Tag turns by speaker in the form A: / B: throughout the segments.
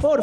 A: Por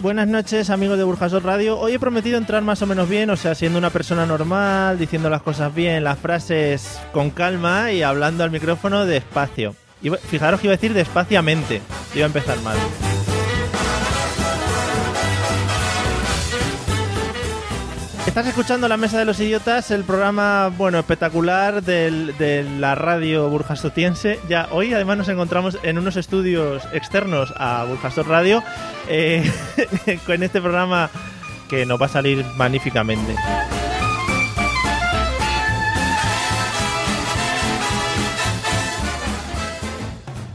B: Buenas noches, amigos de Burjasot Radio. Hoy he prometido entrar más o menos bien, o sea, siendo una persona normal, diciendo las cosas bien, las frases con calma y hablando al micrófono despacio. Y bu- fijaros que iba a decir despaciamente. Iba a empezar mal. Estás escuchando La Mesa de los Idiotas, el programa, bueno, espectacular del- de la radio burjasotiense. Ya hoy además nos encontramos en unos estudios externos a Burjasot Radio eh, con este programa que nos va a salir magníficamente.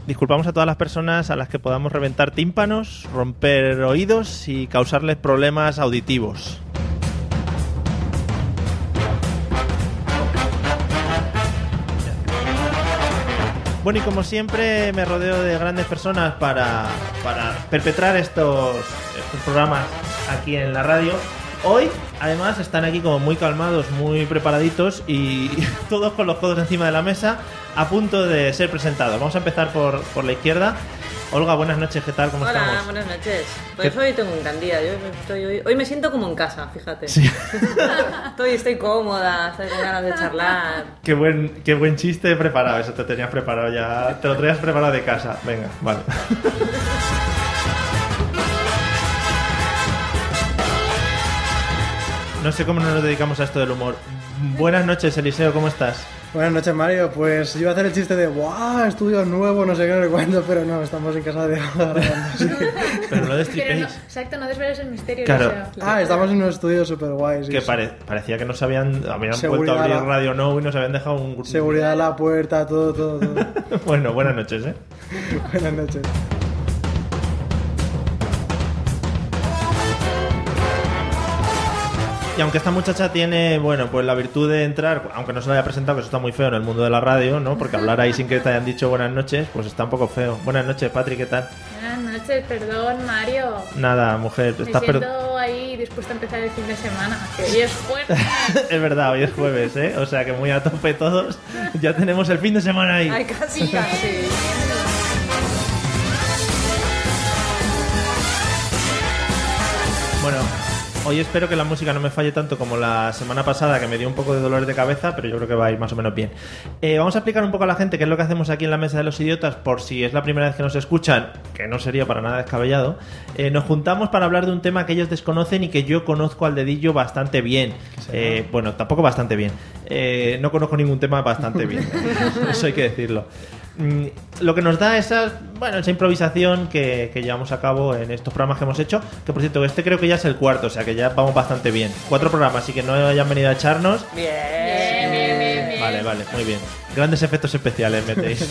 B: Disculpamos a todas las personas a las que podamos reventar tímpanos, romper oídos y causarles problemas auditivos. Bueno, y como siempre me rodeo de grandes personas para, para perpetrar estos, estos programas aquí en la radio. Hoy, además, están aquí como muy calmados, muy preparaditos y todos con los codos encima de la mesa, a punto de ser presentados. Vamos a empezar por, por la izquierda. Olga, buenas noches, ¿qué tal? ¿Cómo
C: Hola,
B: estamos?
C: buenas noches. Pues
B: ¿Qué-
C: hoy tengo un gran día. Yo estoy hoy, hoy me siento como en casa, fíjate. estoy, estoy cómoda, estoy con ganas de charlar.
B: Qué buen, qué buen chiste preparado, eso te tenías preparado ya, te lo tenías preparado de casa. Venga, vale. No sé cómo no nos dedicamos a esto del humor. Buenas noches, Eliseo, ¿cómo estás?
D: Buenas noches, Mario. Pues yo iba a hacer el chiste de ¡Wow! Estudio nuevo, no sé qué, no sé cuándo, pero no, estamos en casa de grabando, sí.
B: Pero no
E: Pero no,
B: destripéis.
E: exacto, no desveles el misterio.
B: Claro.
E: Eliseo.
D: Ah, estamos en unos estudios súper guays.
B: Que pare- parecía que nos habían, habían vuelto
D: Seguridad.
B: a abrir Radio No y nos habían dejado un grupo.
D: Seguridad a la puerta, todo, todo, todo.
B: Bueno, buenas noches, ¿eh?
D: Buenas noches.
B: Y aunque esta muchacha tiene, bueno, pues la virtud de entrar, aunque no se la haya presentado, que eso está muy feo en el mundo de la radio, ¿no? Porque hablar ahí sin que te hayan dicho buenas noches, pues está un poco feo. Buenas noches, Patri, ¿qué tal?
E: Buenas noches, perdón, Mario.
B: Nada, mujer,
E: Me
B: estás per-
E: siento ahí dispuesta a empezar el fin de semana. Que hoy es fuerte.
B: Es verdad, hoy es jueves, ¿eh? O sea que muy a tope todos. Ya tenemos el fin de semana ahí.
C: Ay, casi, casi.
B: Bueno, hoy espero que la música no me falle tanto como la semana pasada, que me dio un poco de dolor de cabeza, pero yo creo que va a ir más o menos bien. Eh, vamos a explicar un poco a la gente qué es lo que hacemos aquí en la Mesa de los Idiotas, por si es la primera vez que nos escuchan, que no sería para nada descabellado. Eh, nos juntamos para hablar de un tema que ellos desconocen y que yo conozco al dedillo bastante bien. Eh, bueno, tampoco bastante bien. Eh, no conozco ningún tema bastante bien. Eso hay que decirlo. Mm, lo que nos da esa, bueno, esa improvisación que, que llevamos a cabo en estos programas que hemos hecho, que por cierto, este creo que ya es el cuarto, o sea que ya vamos bastante bien. Cuatro programas, así que no hayan venido a echarnos.
C: Bien.
E: bien, bien, bien.
B: Vale, vale, muy bien. Grandes efectos especiales metéis.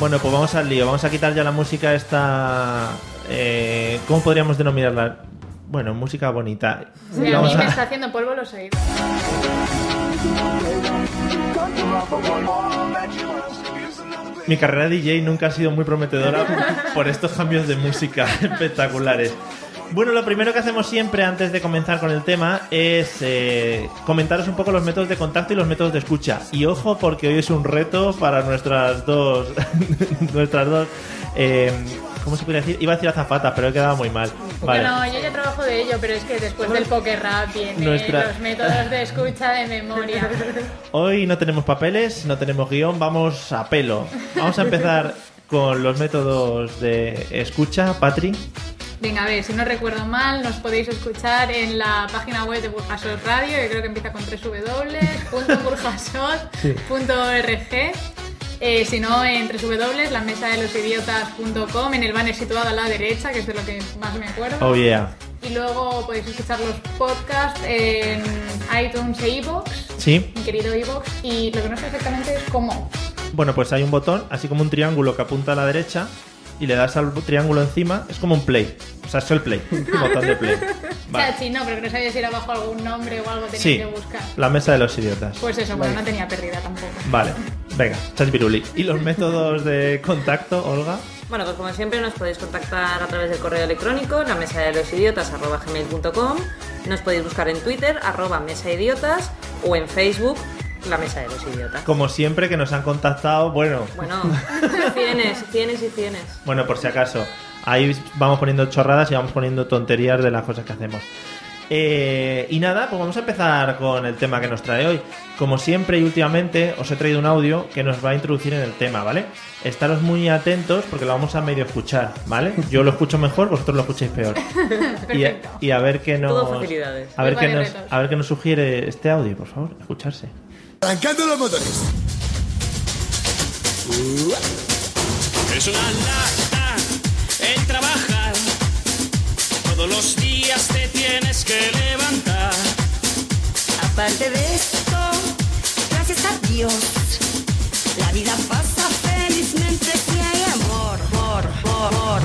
B: Bueno, pues vamos al lío. Vamos a quitar ya la música esta... eh, ¿Cómo podríamos denominarla? Bueno, música bonita.
E: Sí, a
B: Vamos
E: mí
B: a-
E: me está haciendo polvo los oídos.
B: Mi carrera de DJ nunca ha sido muy prometedora por estos cambios de música espectaculares. Bueno, lo primero que hacemos siempre antes de comenzar con el tema es eh, comentaros un poco los métodos de contacto y los métodos de escucha. Y ojo, porque hoy es un reto para nuestras dos. nuestras dos. eh, ¿Cómo se podría decir? Iba a decir azafatas, pero he quedado muy mal. Vale.
E: Bueno, yo ya trabajo de ello, pero es que después del poker rap vienen
B: Nuestra-
E: los métodos de escucha de memoria.
B: Hoy no tenemos papeles, no tenemos guión, vamos a pelo. Vamos a empezar con los métodos de escucha, Patri.
E: Venga, a ver, si no recuerdo mal, nos podéis escuchar en la página web de Burjasot Radio, que creo que empieza con www.burjasot.org. Eh, si no, en www.lamesadelosidiotas.com, en el banner situado a la derecha, que es de lo que más me acuerdo.
B: Oh yeah.
E: Y luego podéis escuchar los podcasts en iTunes e iVoox,
B: ¿Sí?
E: mi querido iVoox, y lo que no sé exactamente es cómo.
B: Bueno, pues hay un botón, así como un triángulo que apunta a la derecha y le das al triángulo encima, es como un play. O sea, es el play, un botón de play. Vale.
E: Chachi, no, pero que no sabía si era abajo algún nombre o algo tenéis
B: Sí,
E: que buscar.
B: la mesa de los idiotas.
E: Pues eso, bueno, no tenía pérdida tampoco.
B: Vale, venga, Chachpiruli. ¿Y los métodos de contacto, Olga?
C: Bueno, pues como siempre nos podéis contactar a través del correo electrónico, la mesa de los idiotas nos podéis buscar en Twitter, arroba mesa idiotas, o en Facebook, la mesa de los idiotas.
B: Como siempre que nos han contactado, bueno,
C: Bueno, tienes, tienes y tienes.
B: Bueno, por si acaso. Ahí vamos poniendo chorradas y vamos poniendo tonterías de las cosas que hacemos. Eh, y nada, pues vamos a empezar con el tema que nos trae hoy. Como siempre y últimamente, os he traído un audio que nos va a introducir en el tema, ¿vale? Estaros muy atentos porque lo vamos a medio escuchar, ¿vale? Yo lo escucho mejor, vosotros lo escucháis peor. Y a,
E: Perfecto.
B: y a ver qué nos.
C: Todo facilidades.
B: A ver,
E: Pues
B: qué
E: vale,
B: nos,
E: retos.
B: a ver qué nos sugiere este audio, por favor, escucharse.
F: Arrancando los motores.
G: Es una lata el Ah, trabajar. Todos los días te tienes que levantar.
H: Aparte de esto, gracias a Dios, la vida pasa felizmente si hay amor, amor, amor.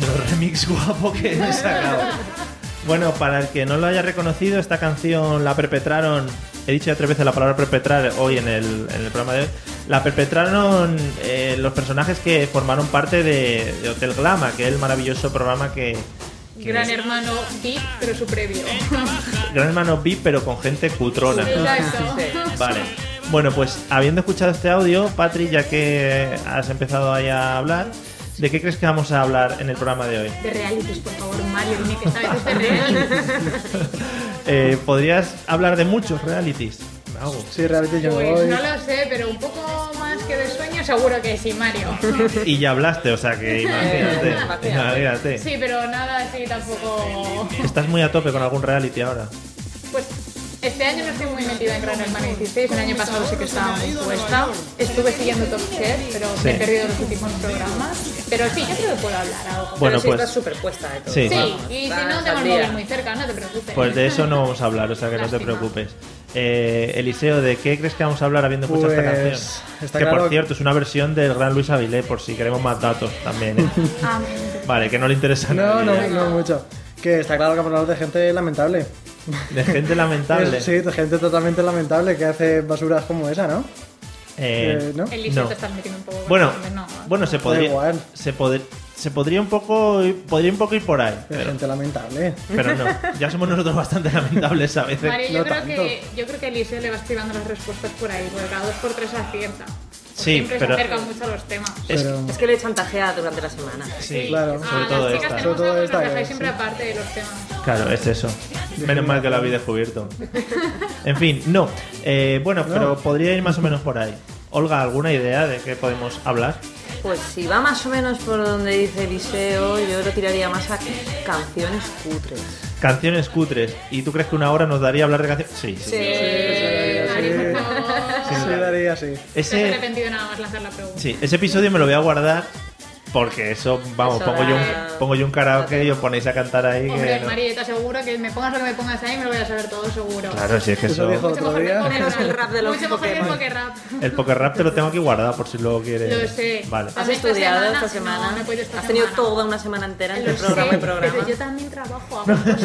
B: Pero remix guapo que me he sacado. Bueno, para el que no lo haya reconocido, esta canción la perpetraron. He dicho ya tres veces la palabra perpetrar hoy en el, en el programa de hoy. La perpetraron eh, los personajes que formaron parte de, de Hotel Glama, que es el maravilloso programa que. que-
E: Gran hermano VIP, pero su previo.
B: Gran Hermano VIP, pero con gente cutrona.
E: Exacto.
B: Vale. Bueno, pues habiendo escuchado este audio, Patri, ya que has empezado ahí a hablar, ¿de qué crees que vamos a hablar en el programa de hoy?
E: De realities, por favor, Mario, dime que sabes de realities.
B: Eh, ¿Podrías hablar de muchos realities? Me hago.
D: Sí, realmente yo me
E: Pues
D: voy.
E: no lo sé, pero un poco más que de sueño seguro que sí, Mario.
B: Y ya hablaste, o sea que imagínate.
C: imagínate.
B: imagínate.
E: Sí, pero nada así tampoco...
B: Estás muy a tope con algún reality ahora.
E: Pues este año no estoy muy metida en Gran Hermano 16, el año pasado sí que estaba muy puesta. Estuve siguiendo Top Chef, pero
B: Sí.
E: me he perdido los últimos programas. Pero sí, yo creo que puedo hablar algo.
B: Bueno,
C: Pero si
B: pues-
C: estás superpuesta de todo.
B: Sí.
E: Sí,
B: vamos,
E: y si
C: estás
E: no
C: al
E: tengo el
C: día.
E: móvil muy cerca, no te preocupes.
B: Pues de eso no vamos a hablar, o sea que no te
E: Lástima.
B: preocupes. Eh, Eliseo, ¿de qué crees que vamos a hablar habiendo escuchado esta
D: Pues,
B: canción?
D: está
B: que por
D: claro-
B: cierto es una versión del gran Luis Avilé, por si queremos más datos también. ¿eh?
E: Ah,
B: vale, que no le interesa a
D: No,
B: nadie.
D: no, no mucho. Que está claro que vamos a hablar de gente lamentable.
B: De gente lamentable.
D: Sí, de gente totalmente lamentable que hace basuras como esa, ¿no?
B: Eh,
D: Eh, ¿no?
E: El Eliseo
B: No.
E: te estás metiendo un poco.
B: Bueno,
E: no.
B: bueno, se podría,
D: igual.
B: se, pod- se podría un poco, podría un poco ir por ahí,
D: De
B: pero,
D: gente lamentable.
B: pero no. Ya somos nosotros bastante lamentables a veces.
E: Mario, yo,
D: no
E: creo que,
D: tanto.
E: yo creo que Eliseo le vas tirando las respuestas por ahí, porque cada dos por tres acierta. Porque
B: Sí,
E: siempre
B: pero-
E: se acercan mucho a los temas.
B: Es-
D: Pero
C: Es que le chantajea durante la semana.
B: sí,
D: claro.
E: A
B: sobre todo
E: Ah, las chicas
B: esta.
E: tenemos
D: Sobre todo
E: algo que
D: esta,
E: nos dejáis
D: sí.
E: siempre aparte de los temas.
B: Claro, es eso. Menos mal que lo habéis descubierto. En fin, no. Eh, bueno, pero podría ir más o menos por ahí. Olga, ¿alguna idea de qué podemos hablar?
C: Pues si va más o menos por donde dice Eliseo, yo lo tiraría más a canciones cutres.
B: Canciones cutres. ¿Y tú crees que una hora nos daría hablar de canciones? Sí, sí.
E: Eh, Mario, por favor.
D: sí, daría así.
E: No se ha
B: Ese,
E: arrepentido nada más lanzar la pregunta.
B: sí, ese episodio me lo voy a guardar porque eso, vamos,
C: Eso
B: pongo, yo
C: da-
B: un, pongo yo un karaoke y os ponéis a cantar ahí. que
E: Hombre,
B: no-
E: María, te aseguro que me pongas lo que me pongas ahí, me lo voy a saber todo seguro.
B: Claro, sí, es que
D: Eso
B: eso...
D: dijo
E: Mucho
D: otro
E: mejor que el
D: día.
E: poker
C: Menos el rap de los
E: Mucho mejor que el
C: Pokémon.
E: poker rap.
B: El poker rap te lo tengo aquí guardado por si luego quieres.
E: Lo sé.
B: Vale.
C: ¿Has
E: Esta
C: estudiado
E: semana-
C: esta semana?
E: no, no he podido esta
C: Has tenido
E: semana.
C: toda una semana entera entre
E: Lo
C: programa
E: sé,
C: y programa.
E: Pero yo también trabajo hago cosas.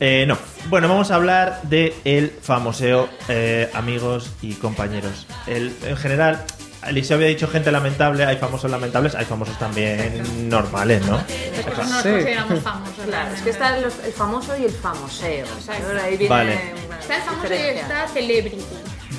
B: Eh, no. Bueno, vamos a hablar de el famoseo, eh, amigos y compañeros. El, en general, Eliseo había dicho gente lamentable, hay famosos lamentables, hay famosos también normales, ¿no?
E: Nosotros no nos consideramos famosos.
C: Claro, es que está el, el famoso y el famoseo. Ahora ahí viene
B: Vale.
C: una
E: Está el famoso y
C: diferencia.
E: está celebrity.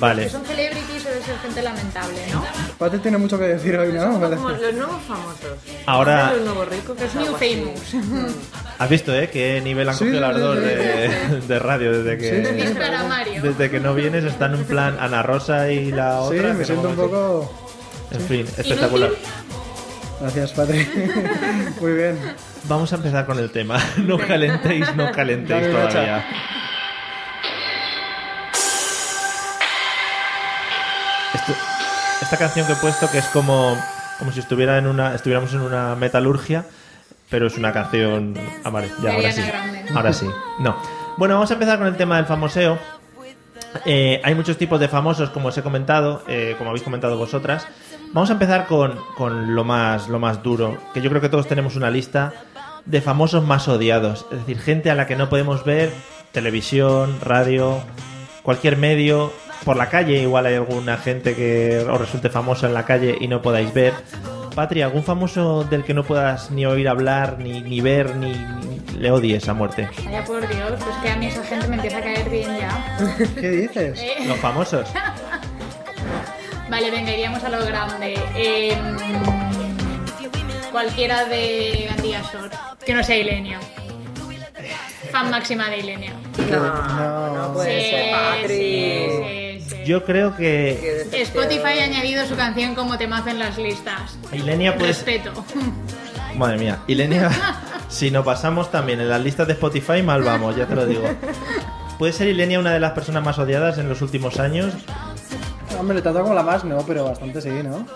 B: Vale.
E: Que son celebrities debe ser gente lamentable, ¿no?
D: Pate tiene mucho que decir hoy, ¿no?
C: Somos
D: Vale.
C: como los nuevos famosos.
B: Ahora-
C: Los nuevos ricos que es
E: New
C: algo así.
E: famous.
B: Has visto, ¿eh? Qué nivel han
D: Sí,
B: cogido las
D: sí,
B: dos
D: sí.
B: de, de radio desde que...
E: Es para Mario.
B: Desde que no vienes están en plan Ana Rosa y la
D: Sí,
B: otra. que no
D: me siento un
B: me acuerdo.
D: poco...
B: En fin, espectacular.
D: Gracias, Pate. Muy bien.
B: Vamos a empezar con el tema. No calentéis, no calentéis
D: Dale, Nacha.
B: todavía. Esto- esta canción que he puesto que es como, como si estuviera en una, estuviéramos en una metalurgia, pero es una canción... Ah, vale, ya,
E: De
B: ahora sí.
E: Ariana Grande.
B: Ahora sí. No. Bueno, vamos a empezar con el tema del famoseo. Eh, hay muchos tipos de famosos, como os he comentado, eh, como habéis comentado vosotras. Vamos a empezar con, con lo, más, lo más duro, que yo creo que todos tenemos una lista de famosos más odiados, es decir, gente a la que no podemos ver, televisión, radio, cualquier medio, por la calle, igual hay alguna gente que os resulte famosa en la calle y no podáis ver. Patria, ¿algún famoso del que no puedas ni oír hablar, ni, ni ver, ni, ni- le odies a muerte?
E: Vaya por Dios, pues que a mí esa gente me empieza a caer bien ya.
D: ¿Qué dices?
E: Eh,
B: Los famosos.
E: Vale, venga, iríamos a lo grande. Eh, cualquiera de Gandía Shore, que no sea Ilenia. Fan máxima de Ilenia.
C: No, no puede
E: Sí,
C: ser. Patri.
E: sí, sí, sí.
B: Yo creo
C: Qué
B: que
C: decepción.
E: Spotify ha añadido su canción como temazo en las listas.
B: Ilenia puede ser-
E: Respeto.
B: Madre mía, Ilenia, si nos pasamos también en las listas de Spotify, mal vamos, ya te lo digo. ¿Puede ser Ilenia una de las personas más odiadas en los últimos años?
D: Hombre, tanto como la más, no, pero bastante sí, ¿no?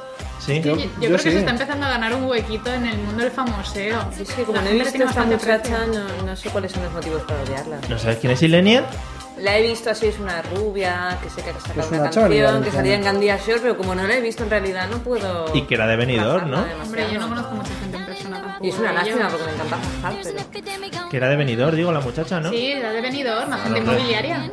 B: Sí.
E: Yo,
D: Yo-
E: yo
D: yo
E: creo que
D: sí.
E: se está empezando a ganar un huequito en el mundo del famoseo.
C: Es que como
E: La
C: no he
E: gente
C: visto
E: tiene
C: a esta
E: bastante
C: muchacha,
E: precio.
C: no, no sé cuáles son los motivos para odiarla.
B: ¿No sabes quién es Ilenia?
C: La he visto así, es una rubia, que sé que ha sacado
D: Es
C: una,
D: una
C: canción,
D: chorra,
C: que
D: claro.
C: salía en Gandía Shore, pero como no la he visto en realidad no puedo...
B: Y que era de Benidorm, ¿no?
C: juzgarla
E: Hombre, yo no
C: demasiado.
E: conozco mucha gente en persona tampoco.
C: Y es una
E: yo-
C: lástima porque me encanta juzgar, pero...
B: Que era de Benidorm, digo, la muchacha, ¿no?
E: Sí, la de Benidorm, la gente
B: hombre.
E: inmobiliaria.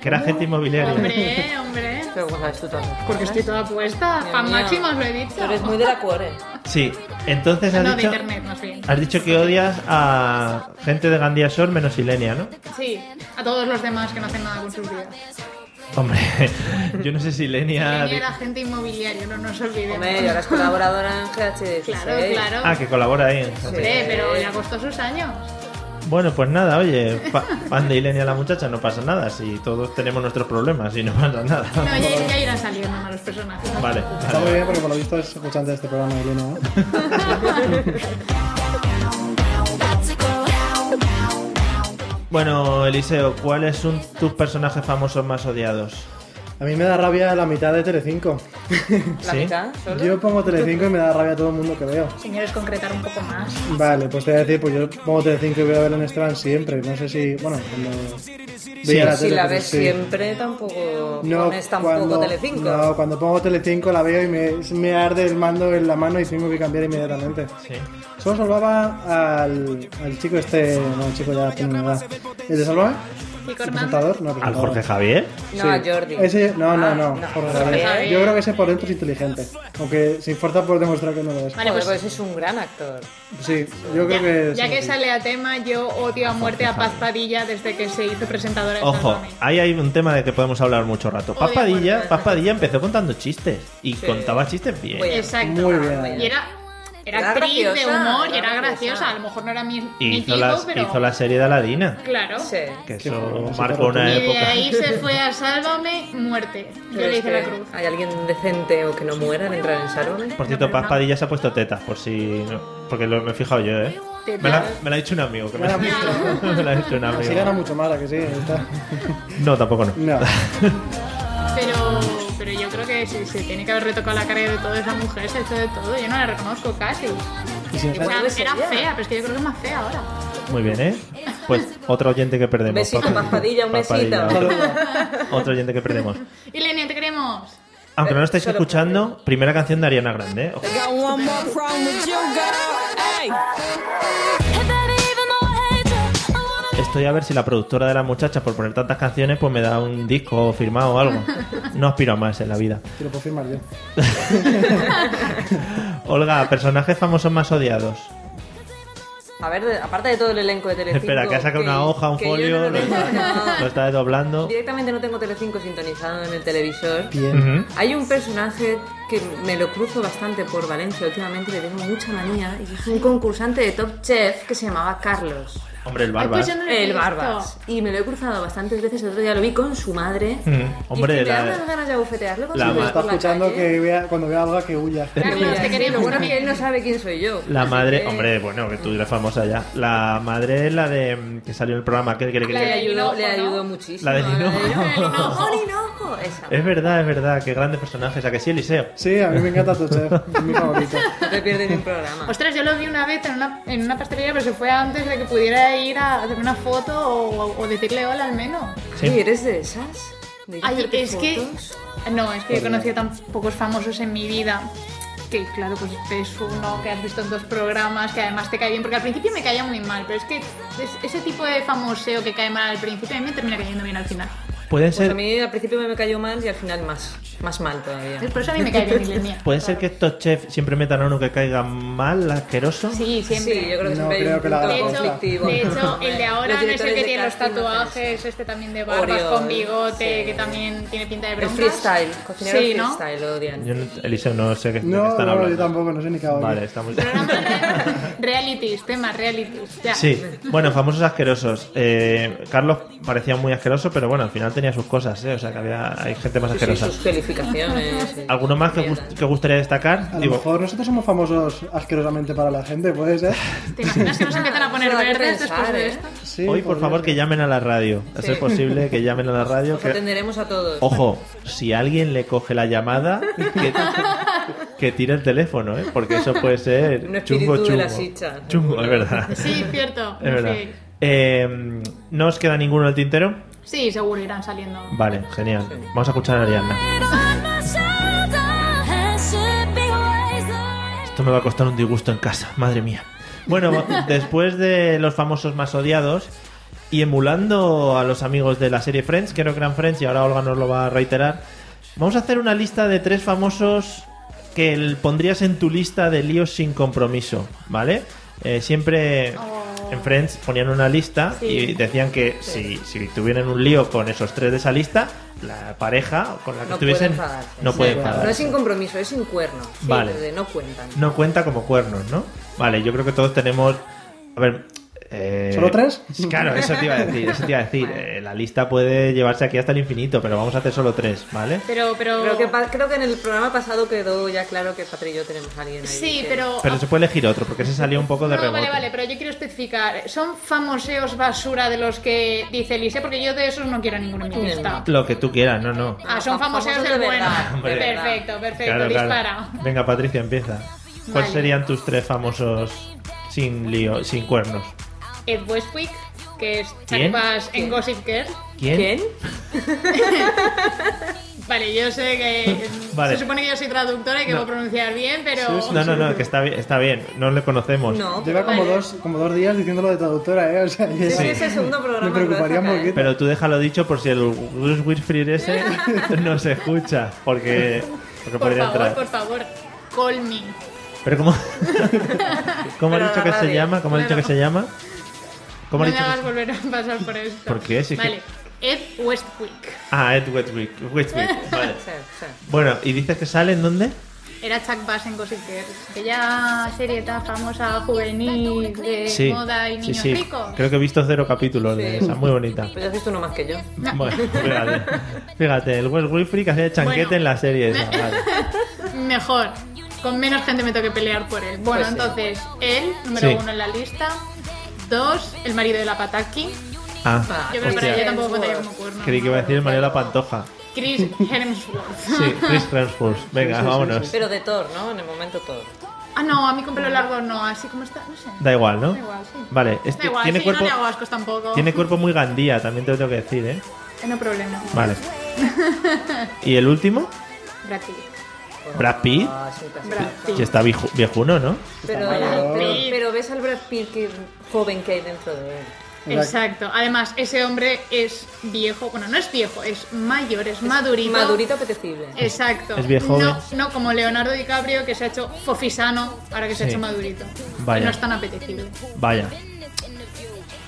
B: Que era gente inmobiliaria.
E: Hombre, hombre.
C: Pero como sabes tú todas
E: Porque estoy toda puesta.
C: Dios
E: Fan
C: mío.
E: máxima, os lo he dicho.
C: Tú eres muy de la cuore.
B: Sí, entonces has
E: No, de
B: dicho, Ah.
E: internet, más bien.
B: has dicho que odias a gente de Gandía Shore menos Ilenia, ¿no?
E: Sí, a todos los demás que no hacen nada con sus vidas.
B: Hombre, yo no sé si Ilenia...
E: Venía la gente inmobiliaria, no nos olvidemos.
C: Hombre, y ahora es colaboradora en GH16.
E: Claro, claro.
B: Ah, que colabora ahí.
E: Hombre, pero ya costó sus años.
B: Bueno, pues nada, oye, pa- pan de Ilenia la muchacha, no pasa nada, si todos tenemos nuestros problemas y no pasa nada.
E: No, ya, ya irán saliendo malos personajes.
B: Vale,
D: Está muy
B: vale.
D: bien porque por lo visto es escuchante de este programa, Irene, ¿no?
B: Bueno, Eliseo, ¿cuáles son tus personajes famosos más odiados?
D: A mí me da rabia la mitad de Telecinco.
C: La mitad, solo.
D: Yo pongo Telecinco y me da rabia todo el mundo que veo.
E: Señores, concretar un poco más.
D: Vale, pues te voy a decir, pues yo pongo Telecinco y voy a ver en Estran siempre. No sé si, bueno, cuando veía la
C: Si
D: tele,
C: la
D: pues
C: ves
D: sí.
C: siempre, tampoco pones tampoco Telecinco.
D: No, cuando pongo Telecinco la veo y me, me arde el mando en la mano y tengo que cambiar inmediatamente.
B: Sí.
D: Solo salvaba al, al chico este, no, el chico ya tiene una edad. ¿El de Salva?
E: Chico
D: ¿El
E: Hernández.
D: presentador? No,
B: ¿Al
D: presentador.
B: Jorge Javier?
C: No,
D: Sí.
C: a Jordi.
D: Ese- no, no, no,
C: Ah,
D: Jorge
C: no.
D: Javier.
C: Javier.
D: Yo creo que ese por dentro es inteligente, aunque se esfuerza por demostrar que no lo es.
E: Vale,
C: Joder,
E: pues-
C: pues es un gran actor.
D: Sí, yo creo que...
E: Ya
D: sí.
E: que sale a tema, yo odio a muerte a Paz Padilla desde que se hizo presentadora de
B: Ojo,
E: Sálvame.
B: ahí hay un tema de que podemos hablar mucho rato. Paz
E: Odio a
B: Padilla,
E: muerte.
B: Paz Padilla empezó contando chistes y
C: Sí.
B: contaba chistes bien.
C: Oye,
E: Exacto.
D: Muy bien.
E: Y era, era
C: Era
E: actriz de
C: graciosa,
E: humor y
C: era
E: era graciosa.
C: graciosa.
E: A lo mejor no era mi, mi
B: Hizo
E: tipo,
B: la,
E: pero.
B: hizo la serie de Aladina,
E: Claro.
C: Sí.
B: que
D: Qué
B: eso
D: bueno, sí,
B: marcó
E: Y
B: una
E: de
B: época.
E: ahí se fue a Sálvame, muerte. Yo
C: Pero
E: le
C: es
E: hice
C: que
E: la cruz.
C: ¿Hay alguien decente o que no muera al entrar en Sálvame?
B: Por cierto, Paz Padilla se ha puesto tetas, por si... no- porque lo, me he fijado yo, ¿eh?
E: Tetas.
B: Me la, me la ha dicho un amigo. Que me, la,
D: Gana mucho.
B: me la ha dicho un
D: Así gana
B: amigo.
D: mucho más, ¿a que sí. Está-
B: No, tampoco no.
D: No.
E: Pero, pero yo creo que sí, se tiene que haber retocado la cara de toda esa mujer, se ha hecho de todo. Yo no la reconozco casi.
D: Y si no
E: O
D: sale-
E: sea,
C: puede ser
E: era
C: ya.
E: fea, pero es que yo creo que es más fea ahora.
B: Muy bien, ¿eh? Pues otro oyente que perdemos.
C: Un besito,
B: Paz
C: Paz Padilla, un
B: Paz Padilla,
C: besito.
B: otro- Otro oyente que perdemos.
E: Ilenia, te queremos.
B: Aunque no lo estáis
C: Solo
B: escuchando, primera canción de Ariana Grande. ¿eh? Ojo.
H: Hey, baby, even though I hate you, I wanna
B: Estoy a ver si la productora de la muchacha, por poner tantas canciones, pues me da un disco firmado o algo. No aspiro a más en la vida.
D: Te lo puedo firmar yo.
B: Olga, personajes famosos más odiados.
C: A ver, de- aparte de todo el elenco de Telecinco...
B: Espera, que ha sacado una hoja, un
C: que yo
B: folio,
C: no
B: lo,
C: lo tengo, no.
B: lo está desdoblando.
C: Directamente no tengo Telecinco sintonizado en el televisor.
B: Bien. Ujú.
C: Hay un personaje que me lo cruzo bastante por Valencia últimamente, le tengo mucha manía, y es un concursante de Top Chef que se llamaba Carlos.
B: Hombre, el
E: Ay,
B: barba.
E: pues yo no lo he
C: El
E: visto.
C: Barbas. Y me lo he cruzado bastantes veces, el otro día lo vi con su madre.
B: Mm, Hombre,
C: y es que me
B: la-
C: dan unas ganas de abofetearlo cuando
B: la
C: se ve
B: ma-
D: Está
C: por la
D: escuchando
C: calle.
D: que vea, cuando vea algo que huya.
E: Carlos, te
C: Lo
E: queremos.
C: bueno es que él no sabe quién soy yo.
B: La
C: así
B: madre,
C: que-
B: hombre, bueno, que tú eres famosa ya. La madre es la de mm, que salió en el programa aquel que le
E: La
C: Le
E: de-
B: quería.
C: ayudó, le
E: Hinojo, ¿no?
C: ayudó muchísimo.
B: La Eh. de Hinojo.
C: Hinojo, Hinojo, Esa.
B: Es verdad, es verdad, qué grandes personajes. ¿A que sí, Eliseo?
D: Sí, a mí me encanta tu chef. Es mi favorito.
C: No te pierdes ni un programa.
E: Ostras, yo lo vi una vez en una, en una pastelería, pero se fue antes de que pudiera ir a hacer una foto o, o decirle hola al menos.
B: Sí.
C: ¿Y eres de esas? ¿De
E: Ay,
C: hacerte
E: es que.
C: fotos?
E: No, es que he conocido tan pocos famosos en mi vida. Que claro, pues es uno que has visto en dos programas, que además te cae bien, porque al principio me caía muy mal, pero es que es- ese tipo de famoseo que cae mal al principio a mí me termina cayendo bien al final.
B: Pueden
C: Pues a
B: ser,
C: mí al principio me cayó mal y al final más, más mal todavía.
E: Por eso a mí me cae bien Ilenia.
B: pueden ser que estos chefs siempre metan a uno que caiga mal, asqueroso.
E: Sí, siempre.
C: Sí, yo creo que
D: No
C: siempre hay
D: creo
C: un
D: que la
C: punto
E: De
D: haga
E: hecho,
C: conflictivo.
E: de hecho, el de ahora
C: Los
E: no es el
C: directores
E: que
C: de
E: tiene los
C: casting no hacen
E: tatuajes, este también de barbas
C: Oriol,
E: con bigote,
C: sí.
E: que también tiene pinta de
C: eso. El
E: broncas.
C: freestyle, cocinero
E: Sí, ¿no?
C: freestyle, lo odian.
B: Yo no- Eliseo, no sé qué, de qué
D: No,
B: están
D: no,
B: hablando.
D: yo tampoco, no sé ni qué hago.
B: Vale, estamos.
E: Programa de realities, temas realities. Ya.
B: Sí, bueno, famosos asquerosos. Eh, Carlos parecía muy asqueroso, pero bueno, al final tenía sus cosas, ¿eh? O sea, que había, hay gente más
C: Sí, sí,
B: asquerosa.
C: sus calificaciones. sí.
B: ¿Alguno más que, gust- que gustaría destacar?
D: A lo
B: Digo,
D: mejor nosotros somos famosos asquerosamente para la gente, ¿puede ser?
E: ¿Te imaginas que nos empiezan a poner
C: Eso da que
E: verdes
C: pensar,
E: después de
C: ¿eh?
E: esto?
D: Sí,
B: hoy, por
D: podría
B: favor,
D: ser.
B: que llamen a la radio. A ser
C: Sí.
B: posible que llamen a la radio.
C: Os
B: que- Oh.
C: atenderemos a todos.
B: Ojo, si alguien le coge la llamada, que, que tire el teléfono, ¿eh? Porque eso puede ser
C: Un espíritu
B: chungo, chungo.
C: de la chicha.
B: Chungo, es verdad.
E: Sí, cierto.
B: Es verdad.
E: Sí.
B: Eh, ¿No os queda ninguno en el tintero?
E: Sí, seguro irán saliendo.
B: Vale, genial. Vamos a escuchar a Ariana. Esto me va a costar un disgusto en casa, madre mía. Bueno, después de los famosos más odiados y emulando a los amigos de la serie Friends, creo que eran Friends y ahora Olga nos lo va a reiterar, vamos a hacer una lista de tres famosos que el- pondrías en tu lista de líos sin compromiso, ¿vale? Eh, siempre
C: Oh.
B: en Friends ponían una lista y decían que si, si tuvieran un lío con esos tres de esa lista, la pareja con la que
C: No puede
B: estuviesen
C: enfadarse.
B: no puede
C: No
B: enfadarse.
C: es sin compromiso, es sin cuerno. Sí,
B: Vale.
C: de No cuentan.
B: No cuenta como cuernos, ¿no? Vale, yo creo que todos tenemos. A ver. eh,
D: ¿Solo tres?
B: Claro, eso te iba a decir. Eso te iba a decir. Eh, la lista puede llevarse aquí hasta el infinito, pero vamos a hacer solo tres, ¿vale?
E: Pero, pero.
C: Creo que, pa- creo que en el programa pasado quedó ya claro que Patri y yo tenemos a alguien ahí.
E: sí,
C: que-
E: pero.
B: Pero se puede elegir otro, porque se salió un poco de
E: no,
B: rebote.
E: vale, vale, pero yo quiero especificar. Son famoseos basura de los que dice Elise, porque yo de esos no quiero ninguno en mi lista.
B: Lo que tú quieras, no, no.
E: Ah, son famoseos
C: Famosos
E: del
C: de
E: bueno.
C: verdad,
B: Hombre. de
C: verdad.
E: Perfecto, perfecto,
B: Claro, claro.
E: dispara.
B: Venga, Patricia, empieza. ¿Cuáles
E: Vale.
B: serían tus tres famosos sin lío, sin cuernos?
E: Ed Westwick, que es
B: ¿Quién?
E: Chapas en Gossip Girl.
B: ¿Quién?
C: ¿Quién?
E: Vale, yo sé que.
B: Vale.
E: Se supone que yo soy traductora y que
B: No.
E: voy a pronunciar bien, pero.
B: No, no, no, que está bien, está bien. No le conocemos.
C: No.
D: Lleva como dos, como dos días diciéndolo de traductora, ¿eh? O sea, y
C: Creo
D: eso-
C: que es el segundo programa.
D: Me
C: que lo
D: preocuparía
C: deja
D: un
C: caer.
D: poquito.
B: Pero tú déjalo dicho por si el Gus Wilfried ese no se escucha, porque, porque
E: Por
B: podría
E: favor,
B: entrar.
E: por favor. Call me.
B: Pero ¿cómo, ¿cómo
C: Pero
B: ha dicho
C: la
B: que se
C: radio.
B: llama? ¿Cómo ha dicho que se llama? ¿Cómo ha
E: no me
B: dicho que
E: hagas
B: se-
E: volver a pasar por esto.
B: ¿Por qué? Si es que-
E: vale. Ed Westwick.
B: Ah, Ed Whitwick. Whitwick, Vale.
C: Sí, sí.
B: Bueno, ¿y dices que sale en dónde?
E: Era Chuck Bass en Gossip Girl. Aquella serie tan famosa juvenil de moda y
B: sí,
E: niños
B: sí.
E: ricos.
B: Creo que he visto cero capítulos de
C: Sí.
B: esa, muy bonita.
C: Pero has visto uno más que yo.
B: Bueno, fíjate, fíjate, el Wes Wilfried que hacía chanquete
E: Bueno.
B: en la serie esa. Vale.
E: Mejor. Con menos gente me tengo que pelear por él. Bueno,
C: Pues sí.
E: entonces, él, número
B: Sí.
E: uno en la lista. Dos, el marido de la Pataki.
B: Ah,
E: Yo creo que para
B: hostia,
E: ella tampoco contaría como cuerno.
B: creí que iba a decir el Mario la Pantoja.
E: Chris Hemsworth.
B: Sí, Chris Hemsworth. Venga, vámonos.
C: Pero de Thor, ¿no? En el momento Thor.
E: Ah, no, a mí con pelo largo no, así como está, no sé.
B: Da igual, ¿no?
E: Da igual, sí.
B: Vale, este
E: Da igual,
B: tiene
E: sí,
B: cuerpo
E: no le hago ascos tampoco.
B: tiene cuerpo muy Gandía, también te lo tengo que decir, ¿eh?
E: Eh, No problema.
B: Vale. ¿Y el último?
E: Brad Pitt.
B: Brad Pitt,
C: Ah, es un clásico.
E: Brad Pitt.
B: que está vieju- viejuno, ¿no?
C: Pero, pero, pero ves al Brad Pitt que joven que hay dentro de él.
D: sea,
E: Exacto. Además, ese hombre es viejo. Bueno, no es viejo, es mayor, es madurito.
C: Madurito apetecible.
E: Exacto.
B: Es viejo,
E: No,
B: ¿eh?
E: no como Leonardo DiCaprio, que se ha hecho fofisano ahora que se ha
B: Sí.
E: hecho madurito.
B: Vaya.
E: No es tan apetecible.
B: Vaya.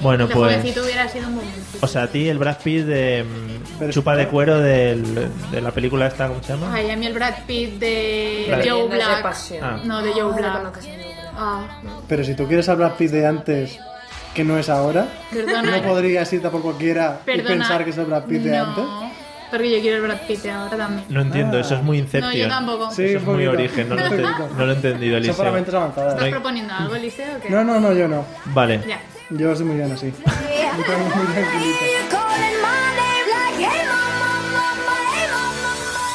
B: Bueno,
E: de
B: pues.
E: jovencito hubiera sido un momento.
B: O sea, a ti el Brad Pitt de mm, chupa de cuero del- de la película esta, ¿cómo se llama?
E: Ay, a mí el Brad Pitt de
B: Brad-
E: Joe
C: Leyendas de
E: Black.
C: pasión.
B: Ah.
E: No, de Joe
C: No
E: Black.
C: conozcas a Joe Black.
E: Ah,
D: Pero si tú quieres hablar Brad Pitt de antes, que no es ahora,
E: perdona.
D: no podrías irte por cualquiera y
E: perdona.
D: pensar que es el Brad Pitt de
E: no,
D: antes.
E: Porque yo quiero el Brad Pitt de ahora también.
B: No entiendo, eso es muy
E: no,
B: inception.
E: yo tampoco.
D: Sí,
B: Eso es
D: un
B: muy
D: poquito.
B: origen, no lo, he enten-
D: Un poquito.
B: no lo he entendido,
D: Son
B: Eliseo.
D: partes avanzadas.
E: ¿Estás proponiendo algo, Eliseo? o qué?
D: No, no, no, yo no.
B: Vale.
E: Ya.
D: Yo soy muy bien así. Yo tengo muy tranquilito.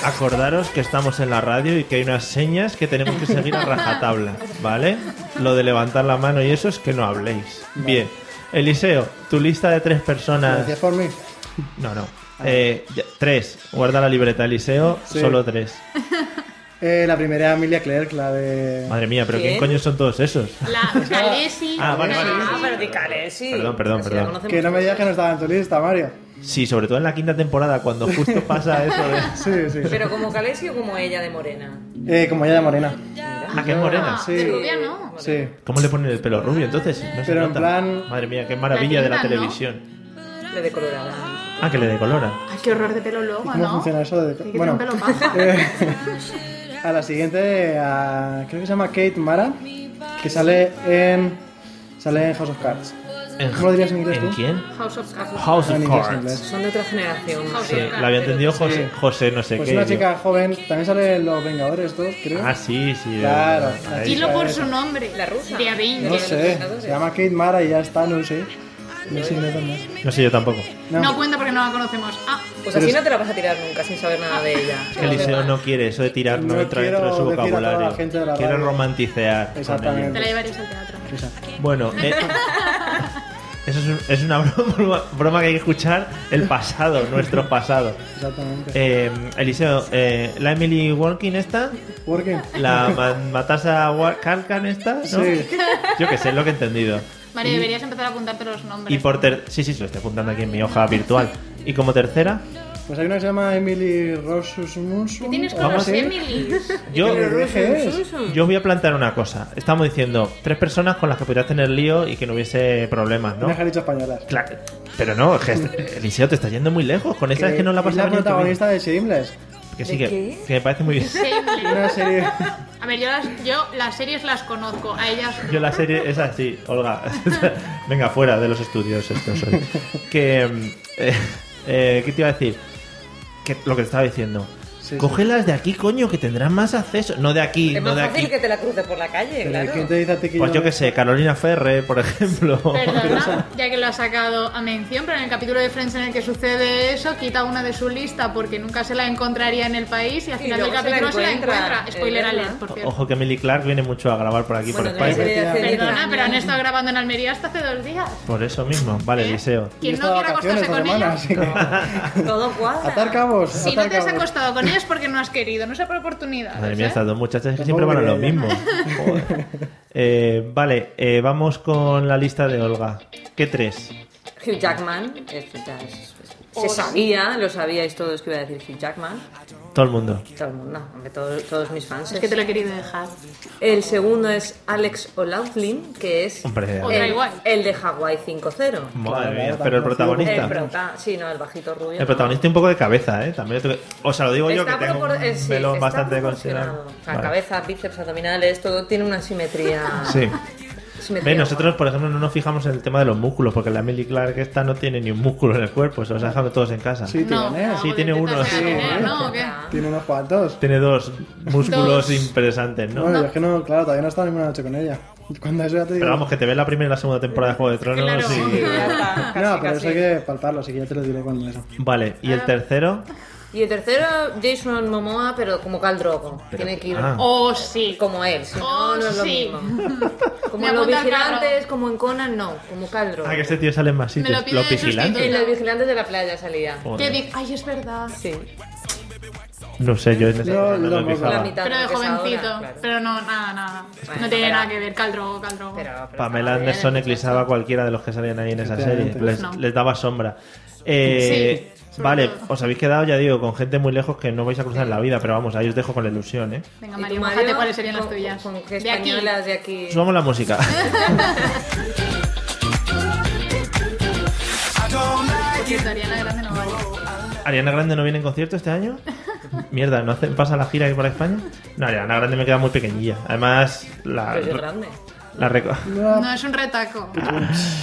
B: Acordaros que estamos en la radio y que hay unas señas que tenemos que seguir a rajatabla, ¿vale? Lo de levantar la mano y eso es que no habléis. Bien. Eliseo, tu lista de tres personas.
D: Gracias por mí.
B: No, no. Eh, ya- tres. Guarda la libreta, Eliseo.
D: Sí.
B: Solo tres.
D: Eh, la primera Emilia Clarke, la de.
B: Madre mía, pero ¿quién
C: ¿Quién?
B: coño son todos esos?
E: La Calesi.
B: Ah, vale, vale.
C: Ah, pero de Calesi.
B: Perdón, perdón,
C: Si pues la
B: perdón.
C: conocemos
D: Que no me
C: todos.
D: digas que no estaba en tu lista, Mario.
B: Sí, sobre todo en la quinta temporada, cuando justo pasa eso de.
D: Sí, sí.
C: Pero como Calesi o como ella de morena.
D: Eh, como ella de morena.
B: Ah, que es morena.
D: Sí.
E: De rubia no.
D: Sí.
B: ¿Cómo le ponen el pelo rubio entonces? No se
D: Pero en
B: nota.
D: plan-
B: Madre mía, qué maravilla de la
E: pintan, ¿no?
B: televisión.
C: Le decolorada.
B: Ah, que le decoloran.
E: Ay, qué horror de pelo luego,
D: ¿Cómo
E: Ah, ¿no?
D: funciona eso de.?
E: Hay que tener un pelo paja.
D: eh, a la siguiente, a- creo que se llama Kate Mara, que sale en. Sale en House of Cards.
B: ¿En,
D: ¿Cómo lo dirías en inglés
B: ¿en
D: tú?
B: quién?
E: House of Cards.
B: House
D: En
B: of
D: inglés, en
B: Cards.
D: inglés.
C: Son de otra generación.
E: House
B: Sí,
E: of Cards,
B: la había entendido
E: pero-
B: José, José no sé
D: Pues
B: qué.
D: una
B: yo.
D: chica joven, también sale en Los Vengadores, dos, creo.
B: Ah, sí, sí.
D: Claro.
B: eh,
D: La
B: ahí.
D: chica
E: Dilo por
D: esa.
E: su nombre.
C: La rusa.
E: De Avengers.
D: No sé, se llama Kate Mara y ya está, no sé. No sé, no sé más.
B: No sé yo tampoco.
E: No.
D: No.
E: cuenta porque no la conocemos. Ah,
C: Pues
D: Pero
C: así
D: es-
C: no te la vas a tirar nunca sin saber nada de ella.
B: Es que Eliseo no quiere eso de tirar, no,
D: No
B: entra dentro de su
D: quiero decir a toda la
B: vocabulario.
D: gente de la
B: quiere
D: radio.
B: romanticear. con
D: Exactamente.
E: te la llevarías al teatro.
D: Esa.
B: ello. Bueno, eh, eso es, un- es una broma, broma que hay que escuchar el pasado, nuestro pasado.
D: Exactamente.
B: Eh, Eliseo, eh, la Emily Walking esta,
D: Working.
B: la ma- Matasa Wa- Kalkan esta, ¿no?
D: Sí.
B: Yo que sé, es lo que he entendido.
E: Mario, deberías empezar a apuntarte los nombres.
B: Y por ter sí, sí, se lo estoy apuntando aquí en mi hoja virtual. Y como tercera,
D: Pues hay una que se llama Emily Rosusmusu.
E: Tienes con
B: Vamos
E: los
B: a-
E: Emily.
B: yo,
D: Pero Roge es.
B: Mm. yo voy a plantear una cosa. Estamos diciendo tres personas con las que pudieras tener lío y que no hubiese problemas, ¿no?
D: Unas dicho españolas.
B: Claro, pero no, es que este- Eliseo te está yendo muy lejos. Con esa es que no la
D: es la
B: pasamos
D: protagonista de Shameless.
B: Que sí,
C: ¿De
B: que,
C: qué?
B: que me parece muy bien.
E: Emily.
D: Una serie.
E: A ver, yo las, yo las series las conozco. A ellas.
B: Yo la serie es así, Olga. Venga, fuera de los estudios estos hoy. Que, mm, eh, eh, ¿Qué te iba a decir? Que, lo que te estaba diciendo.
D: Sí,
B: Cógelas de aquí, coño, que tendrán más acceso. No de aquí,
C: Es
B: no
C: más
B: de
C: fácil
B: aquí.
C: que te la cruces por la calle,
D: Pero
C: claro.
D: ¿Quién te dice a ti que
B: Pues yo
D: no-
B: que sé, Carolina Ferre, por ejemplo.
E: Perdona, ya que lo ha sacado a mención, pero en el capítulo de Friends en el que sucede eso, quita una de su lista porque nunca se la encontraría en el país y al
C: Y
E: final del
C: luego se la
E: capítulo se la
C: encuentra.
E: encuentra. Spoiler
C: Es verdad.
E: alert, por cierto.
B: Ojo que Millie Clark viene mucho a grabar por aquí,
C: Bueno,
B: por
C: que la
B: España.
C: serie de hace diez
E: Perdona,
C: años.
E: pero han estado grabando en Almería hasta hace dos días.
B: Por eso mismo. Vale,
E: ¿Eh?
B: Eliseo.
D: Yo he
E: Quien no
D: estado de
E: quiera acostarse con
D: vacaciones
E: ellos.
D: esta semana, así
C: Todo
D: que-
C: cuadra.
D: Atar cabos.
E: Si no
D: atar
E: te has
D: cabos.
E: acostado con ellos porque no has querido, no sea por ¿eh? oportunidad.
B: Madre mía, estas dos muchachas que
D: Tampoco
B: siempre van a lo
D: quería
B: mismo. Joder. Eh, vale, eh, vamos con la lista de Olga. ¿Qué tres?
C: Hugh Jackman, esto ya es-
E: Oh.
C: se sabía, lo sabíais todos que iba a decir Hugh Jackman.
B: Todo el mundo.
C: Todo el mundo, hombre, todos, todos mis fans.
E: Es que te lo he querido dejar.
C: El segundo es Alex O'Laughlin, que es
B: Hombre,
E: Otra
C: el,
E: igual.
C: el de Hawaii 5-0.
B: Madre
D: Claro,
B: mía,
D: tan
B: pero el
D: conocido
B: protagonista.
C: El prota, sí, no, el bajito rubio.
B: El protagonista un poco de cabeza, ¿eh? También lo tengo- O sea, lo digo yo que
C: Está
B: tengo
C: propor- eh,
B: un
C: sí,
B: pelo
C: está
B: bastante
C: proporcionado.
B: considerable.
C: O sea,
B: Vale.
C: cabeza, bíceps, abdominales, todo tiene una simetría.
B: Sí.
C: simetría
B: Ve, nosotros, por ejemplo, no nos fijamos en el tema de los músculos, porque la Millie Clark esta no tiene ni un músculo en el cuerpo, se los ha dejado todos en casa.
D: Sí,
E: No,
D: tiene, ¿eh?
B: Sí, tiene uno, sí.
E: ¿no? ¿O qué?
D: Tiene unos cuantos.
B: Tiene dos músculos
E: Dos.
B: impresantes, ¿no?
D: Bueno, yo es que no, claro, todavía no he estado ninguna noche con ella. Cuando eso ya te digo.
B: Pero vamos, que te ve la primera y la segunda temporada de Juego de Tronos
E: Claro.
B: y...
C: Ya está, casi,
D: no, pero
C: casi.
D: eso hay que palparlo, así que ya te lo diré cuando eso.
B: Vale, y el tercero...
C: Y el tercero, Jason Momoa, pero como Cal Drogo. tiene que ir
B: ah.
E: Oh, sí.
C: como él, si no,
E: Oh,
C: no es lo
E: sí.
C: mismo. Como
E: Me
C: en los
E: apunta al carro.
C: vigilantes, como en Conan, no, como Cal Drogo.
B: Ah, que este tío sale en más
E: Me lo
B: sitios.
E: pide
B: Los
E: de sustituto.
B: vigilantes.
C: En los vigilantes de la playa salía.
E: Ah.
B: Joder.
E: Que di- Ay, es verdad.
C: Sí.
B: No sé, yo en esa
D: Yo-
B: no
D: yo
B: me
D: tampoco.
B: fijaba.
C: La mitad.
E: Pero de
C: lo que es
E: jovencito.
C: ahora, claro.
E: Pero no, nada, nada.
C: Bueno,
E: no tiene
C: pero-
E: nada que ver. Caldrogo, Caldrogo.
C: Pero- pero
B: Pamela
C: estaba bien,
B: Anderson
C: entonces.
B: eclipsaba a cualquiera de los que salían ahí en esa serie.
D: Efectivamente.
B: Les,
E: No.
B: les daba sombra. Eh,
E: Sí, sobre
B: vale,
E: todo.
B: os habéis quedado, ya digo, con gente muy lejos que no vais a cruzar en la vida, pero vamos, ahí os dejo con la ilusión, ¿eh?
E: Venga,
C: ¿Y
E: Mario,
C: tu
E: fíjate
C: Mario?
E: cuáles serían las
C: Con-
E: tuyas.
C: Con, con-
E: de aquí.
C: españolas de aquí.
B: Subamos la música.
E: Ariana Grande no vale.
B: ¿Ariana Grande no viene en concierto este año? Mierda, ¿no hacen- pasa la gira ahí para España? No, Ariana Grande me queda muy pequeñilla. Además, la,
C: Pero es grande.
B: la reco-
D: Ah.
E: No, es un retaco.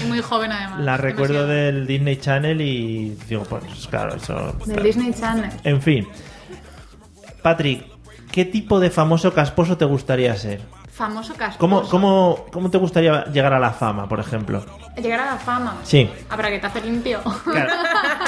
E: y muy joven además.
B: la recuerdo
E: Demasiado.
B: del Disney Channel y digo, pues claro, eso...
E: Del Disney Channel.
B: En fin. Patrick, ¿qué tipo de famoso casposo te gustaría ser?
E: Famoso casposo.
B: ¿Cómo, cómo, cómo te gustaría llegar a la fama, por ejemplo?
E: Llegar a la fama.
B: Sí.
E: Ah, para que te hace limpio.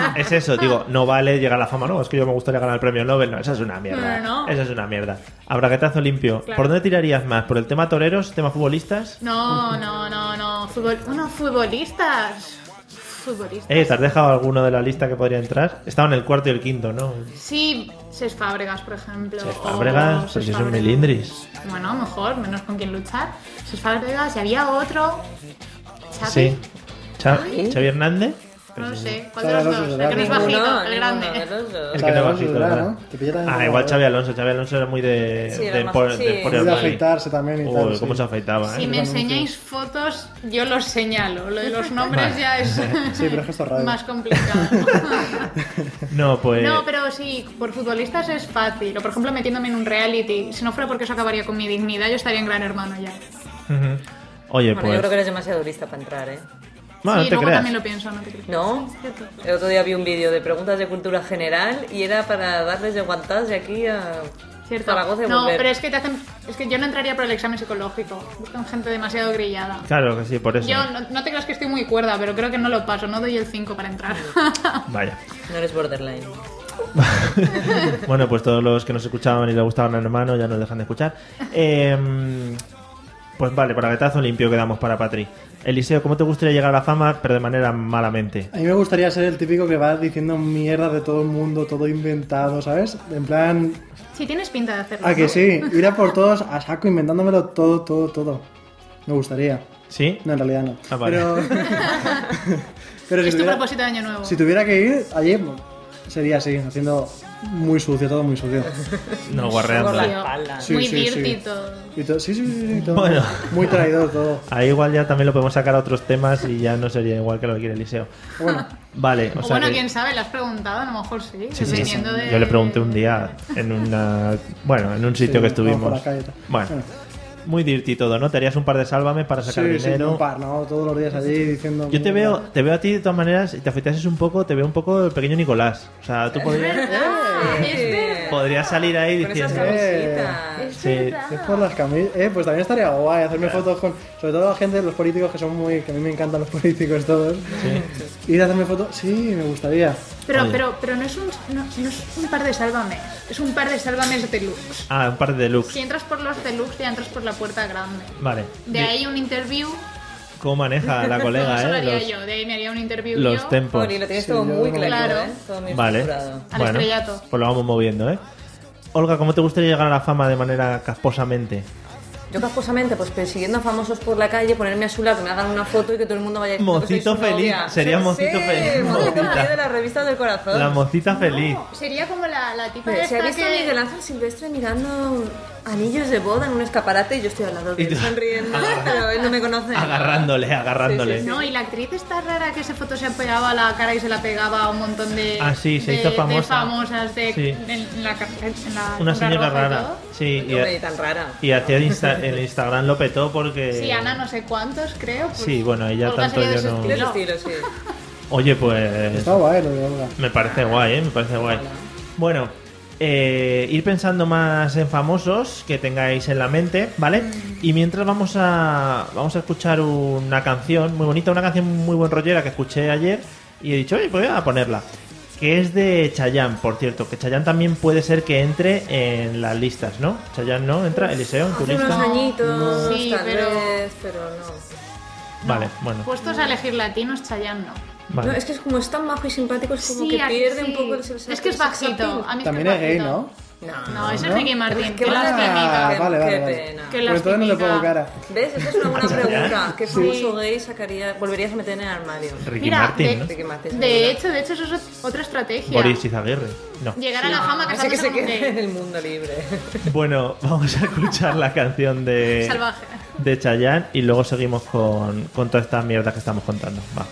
B: Claro. Es eso, digo, no vale llegar a la fama, no, es que yo me gustaría ganar el premio Nobel, no, esa es una mierda.
E: No, no, no.
B: Esa es una mierda. A braguetazo limpio.
E: Claro.
B: ¿Por dónde tirarías más? ¿Por el tema toreros, tema futbolistas?
E: No, no, no, no. Futbol... Unos futbolistas. Futbolistas.
B: Eh, ¿te has dejado alguno de la lista que podría entrar? Estaba en el cuarto y el quinto, ¿no?
E: Sí, Ses Fábregas, por ejemplo.
B: Cesc
E: o
B: Fábregas,
E: Cesc
B: pero si son
E: Fábregas.
B: milindris.
E: Bueno, mejor, menos con quien luchar. Ses Fábregas, y había otro. Xavi.
B: Sí. Cha- Xavi Hernández.
E: No lo sé. ¿Cuál de
D: Xavi
E: los
D: Alonso,
E: dos? El que no es
D: Xavi.
E: bajito,
C: Ninguno, ninguno
E: el
C: de
E: grande.
C: los dos.
B: El que no es
D: Alonso
B: bajito,
D: Durán,
B: ¿verdad?
D: ¿no? Te pilla también
B: Ah,
D: como-
B: igual Xavi Alonso. Xavi Alonso era muy de...
C: Sí, era
B: del
C: más-
B: por-
C: sí.
B: del por-
C: Muy
D: Y
C: Pero
D: de
B: del-
D: afeitarse también y
B: Uy,
D: tal,
B: cómo
D: sí.
B: se afeitaba,
E: Si
B: ¿eh?
E: me enseñáis fotos, yo los señalo. Lo de los nombres
B: Vale.
E: ya es
D: Sí, pero es que esto es radio.
E: más complicado.
B: No, pues...
E: No, pero sí, por futbolistas es fácil. O por ejemplo, metiéndome en un reality. Si no fuera porque eso acabaría con mi dignidad, yo estaría en Gran Hermano ya.
B: Ujú. Oye,
C: Bueno,
B: pues...
C: yo creo que eres demasiado durista para entrar, ¿eh?
B: Bueno, no te
E: sí, luego
B: creas.
E: también lo pienso, no te creas.
C: No. El otro día vi un vídeo de preguntas de cultura general y era para darles de guantás de aquí a
E: Cierto.
C: Zaragoza y
E: no,
C: volver.
E: pero es que te hacen. Es que yo no entraría por el examen psicológico. Buscan gente demasiado grillada.
B: Claro que sí, por eso.
E: Yo no, no te creas que estoy muy cuerda, pero creo que no lo paso. No doy el 5 para entrar.
B: Vaya.
C: No eres borderline.
B: bueno, pues todos los que nos escuchaban y les gustaban al hermano ya nos dejan de escuchar. Eh, pues vale, braguetazo limpio que damos para Patri. Eliseo, ¿cómo te gustaría llegar a la fama, pero de manera malamente?
D: A mí me gustaría ser el típico que va diciendo mierda de todo el mundo, todo inventado, ¿sabes? En plan,
E: si tienes pinta de hacerlo.
B: Ah,
D: a que
E: ¿no?
D: sí, ir a por todos a saco inventándomelo todo, todo, todo. Me gustaría.
B: ¿Sí?
D: No, en realidad no.
B: Ah, vale.
D: Pero, pero si,
E: Es tu
D: tuviera,
E: propósito de año nuevo.
D: si tuviera que ir allí, sería así, haciendo muy sucio, todo muy sucio.
B: No, guarreando.
C: la
E: Tío,
C: espalda.
D: Sí,
E: muy
D: sí,
E: dirty
D: sí.
E: todo.
D: Y todo- sí, sí, sí, sí, todo.
B: Bueno.
D: Muy traidor todo.
B: Ahí igual ya también lo podemos sacar a otros temas y ya no sería igual que lo que quiere Eliseo.
D: Bueno,
B: Vale, o,
E: O
B: sea
E: bueno,
B: que-
E: quién sabe, le has preguntado, a lo mejor sí,
B: Sí, sí, sí.
E: dependiendo de...
B: Yo le pregunté un día en una bueno, en un sitio que
D: Sí, vamos por
B: estuvimos.
D: la calle y tal.
B: Bueno, muy dirty todo, ¿no? Te harías un par de sálvame para sacar
D: sí, sí,
B: dinero.
D: un par, ¿no? Todos los días allí diciendo.
B: Yo te
D: mierda.
B: veo, te veo a ti de todas maneras, y te afeitases un poco, te veo un poco el pequeño Nicolás. O sea, tú podrías,
E: Ah, es verdad.
B: podrías salir ahí
C: Este, Con esas
B: diciendo.
C: camisitas.
B: Sí,
D: Es por las camisas. Eh, pues también estaría guay hacerme fotos con. Sobre todo la gente, los políticos que son muy. que a mí me encantan los políticos todos. Ir a hacerme fotos. Sí, me gustaría.
E: Pero,
B: Oye.
E: pero, pero no, es un, no, no es un par de sálvames, es un par de sálvames deluxe.
B: ah, un par de looks.
E: Si entras por los deluxe, ya entras por la puerta grande.
B: Vale.
E: De ahí un interview,
B: ¿Cómo maneja la
E: no
B: colega,
E: solo
B: eh?
E: haría
B: Los,
E: yo, de ahí me haría un interview
B: los
E: yo.
B: tempos.
C: Bueno, y lo tienes
D: Sí,
C: todo
D: yo
C: muy
D: no-
C: claro,
E: Claro.
C: ¿eh? Todo muy
B: Vale.
C: estructurado.
E: Al
B: Bueno,
E: estrellato.
B: pues lo vamos moviendo, ¿eh? Olga, ¿cómo te gustaría llegar a la fama de manera casposamente?
C: Yo casposamente, pues persiguiendo a famosos por la calle, ponerme a su lado, que me hagan una foto y que todo el mundo vaya diciendo que soy
B: Mocito
C: su
B: feliz,
C: novia.
B: sería
C: Sí,
B: mocito feliz,
C: mocito
B: mocita.
C: feliz de las revistas del corazón.
B: La mocita feliz.
E: Sería como la, la tipa
C: Se ha
E: esta
C: visto a
E: que...
C: Miguel Ángel Silvestre mirando anillos de boda en un escaparate y yo estoy al lado de
B: Y
C: él
B: tú- Ah,
C: sonriendo, pero él no me conoce.
B: Agarrándole, agarrándole.
C: Sí, sí, sí.
E: No, y la actriz está rara que esa foto se pegaba a la cara y se la pegaba a un montón de,
B: Ah, sí, se
E: de-
B: hizo
E: de
B: famosa.
E: famosas de,
B: Sí.
E: en, en la, car- en la
B: Una
E: alfombra
B: señora
E: roja y
B: rara.
E: todo.
B: Sí,
C: No me di
B: y,
C: tan rara.
B: y hacía Insta- el Instagram lo petó porque.
E: Sí, Ana no sé cuántos, creo. pues,
B: Eh, Sí, bueno, ella
E: Olga
B: tanto
E: sería de
B: yo
E: ese
B: no-
C: De
E: estilo.
C: ese estilo, sí.
B: Oye, pues.
D: Está guay lo de Olga.
B: Me parece guay, ¿eh? Me parece guay. Bueno, eh, ir pensando más en famosos que tengáis en la mente, ¿vale? Y mientras vamos a, vamos a escuchar una canción muy bonita, una canción muy buen rollera que escuché ayer y he dicho, oye, pues voy a ponerla. Que es de Chayanne, por cierto. Que Chayanne también puede ser que entre en las listas, ¿no? Chayanne no entra, Eliseo, en tu
C: Hace unos
B: lista.
C: añitos,
E: Sí,
C: tal
E: pero-
C: vez, pero no.
B: Vale, bueno.
E: Puestos a elegir latinos, Chayanne Pues, no.
B: Vale.
G: No, es que es como es tan majo y simpático, es como
E: Sí,
G: que
E: así,
G: pierde
E: sí.
G: un poco el
E: Es que es bajito. A mí
D: También
E: es
D: es
E: que
D: gay,
E: bajito.
D: ¿no?
G: No,
E: No, eso
D: ¿No?
E: es Ricky Martin.
G: Qué
E: Qué
G: lástima.
E: lástima.
D: Ah, vale, vale,
G: Qué
D: vale.
G: pena.
E: Qué
D: Pero entonces no le
E: lastimica.
D: pongo cara.
G: ¿Ves? Esa es una buena pregunta. ¿Qué
E: Sí.
G: famoso gay sacaría, volverías a meter en el armario?
B: Ricky
E: Mira,
B: Martin,
E: de,
B: ¿no?
G: Ricky Martin,
E: de
G: seguro.
E: hecho, de hecho, eso es otra estrategia.
B: Boris Izaguirre. No.
E: Llegar a la fama
G: Ese que
E: casándose
G: se
E: con un
G: quede en
E: gay.
G: el mundo libre.
B: Bueno, vamos a escuchar la canción de,
E: Salvaje.
B: de Chayanne y luego seguimos con, con toda esta mierda que estamos contando. Va.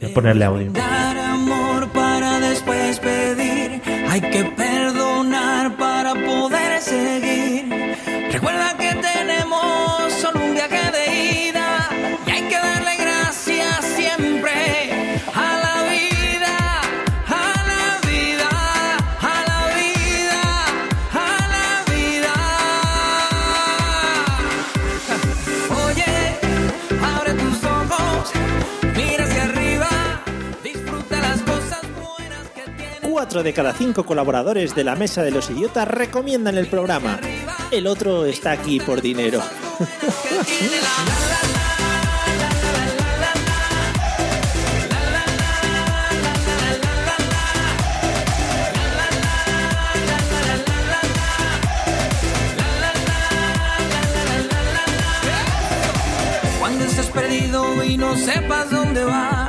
B: Voy a ponerle audio.
C: Dar amor para después pedir. Hay que perdonar para poder seguir. Recuerda que tenemos solo un viaje de ida. Y hay que darle gracias siempre a la vida. A la vida. A la vida. A la vida. Oye, abre tus ojos, mira hacia arriba, disfruta las cosas buenas que tienes.
A: Cuatro de cada cinco colaboradores de la Mesa de los Idiotas recomiendan el programa. El otro está aquí por dinero.
C: Cuando estés perdido y no sepas dónde vas,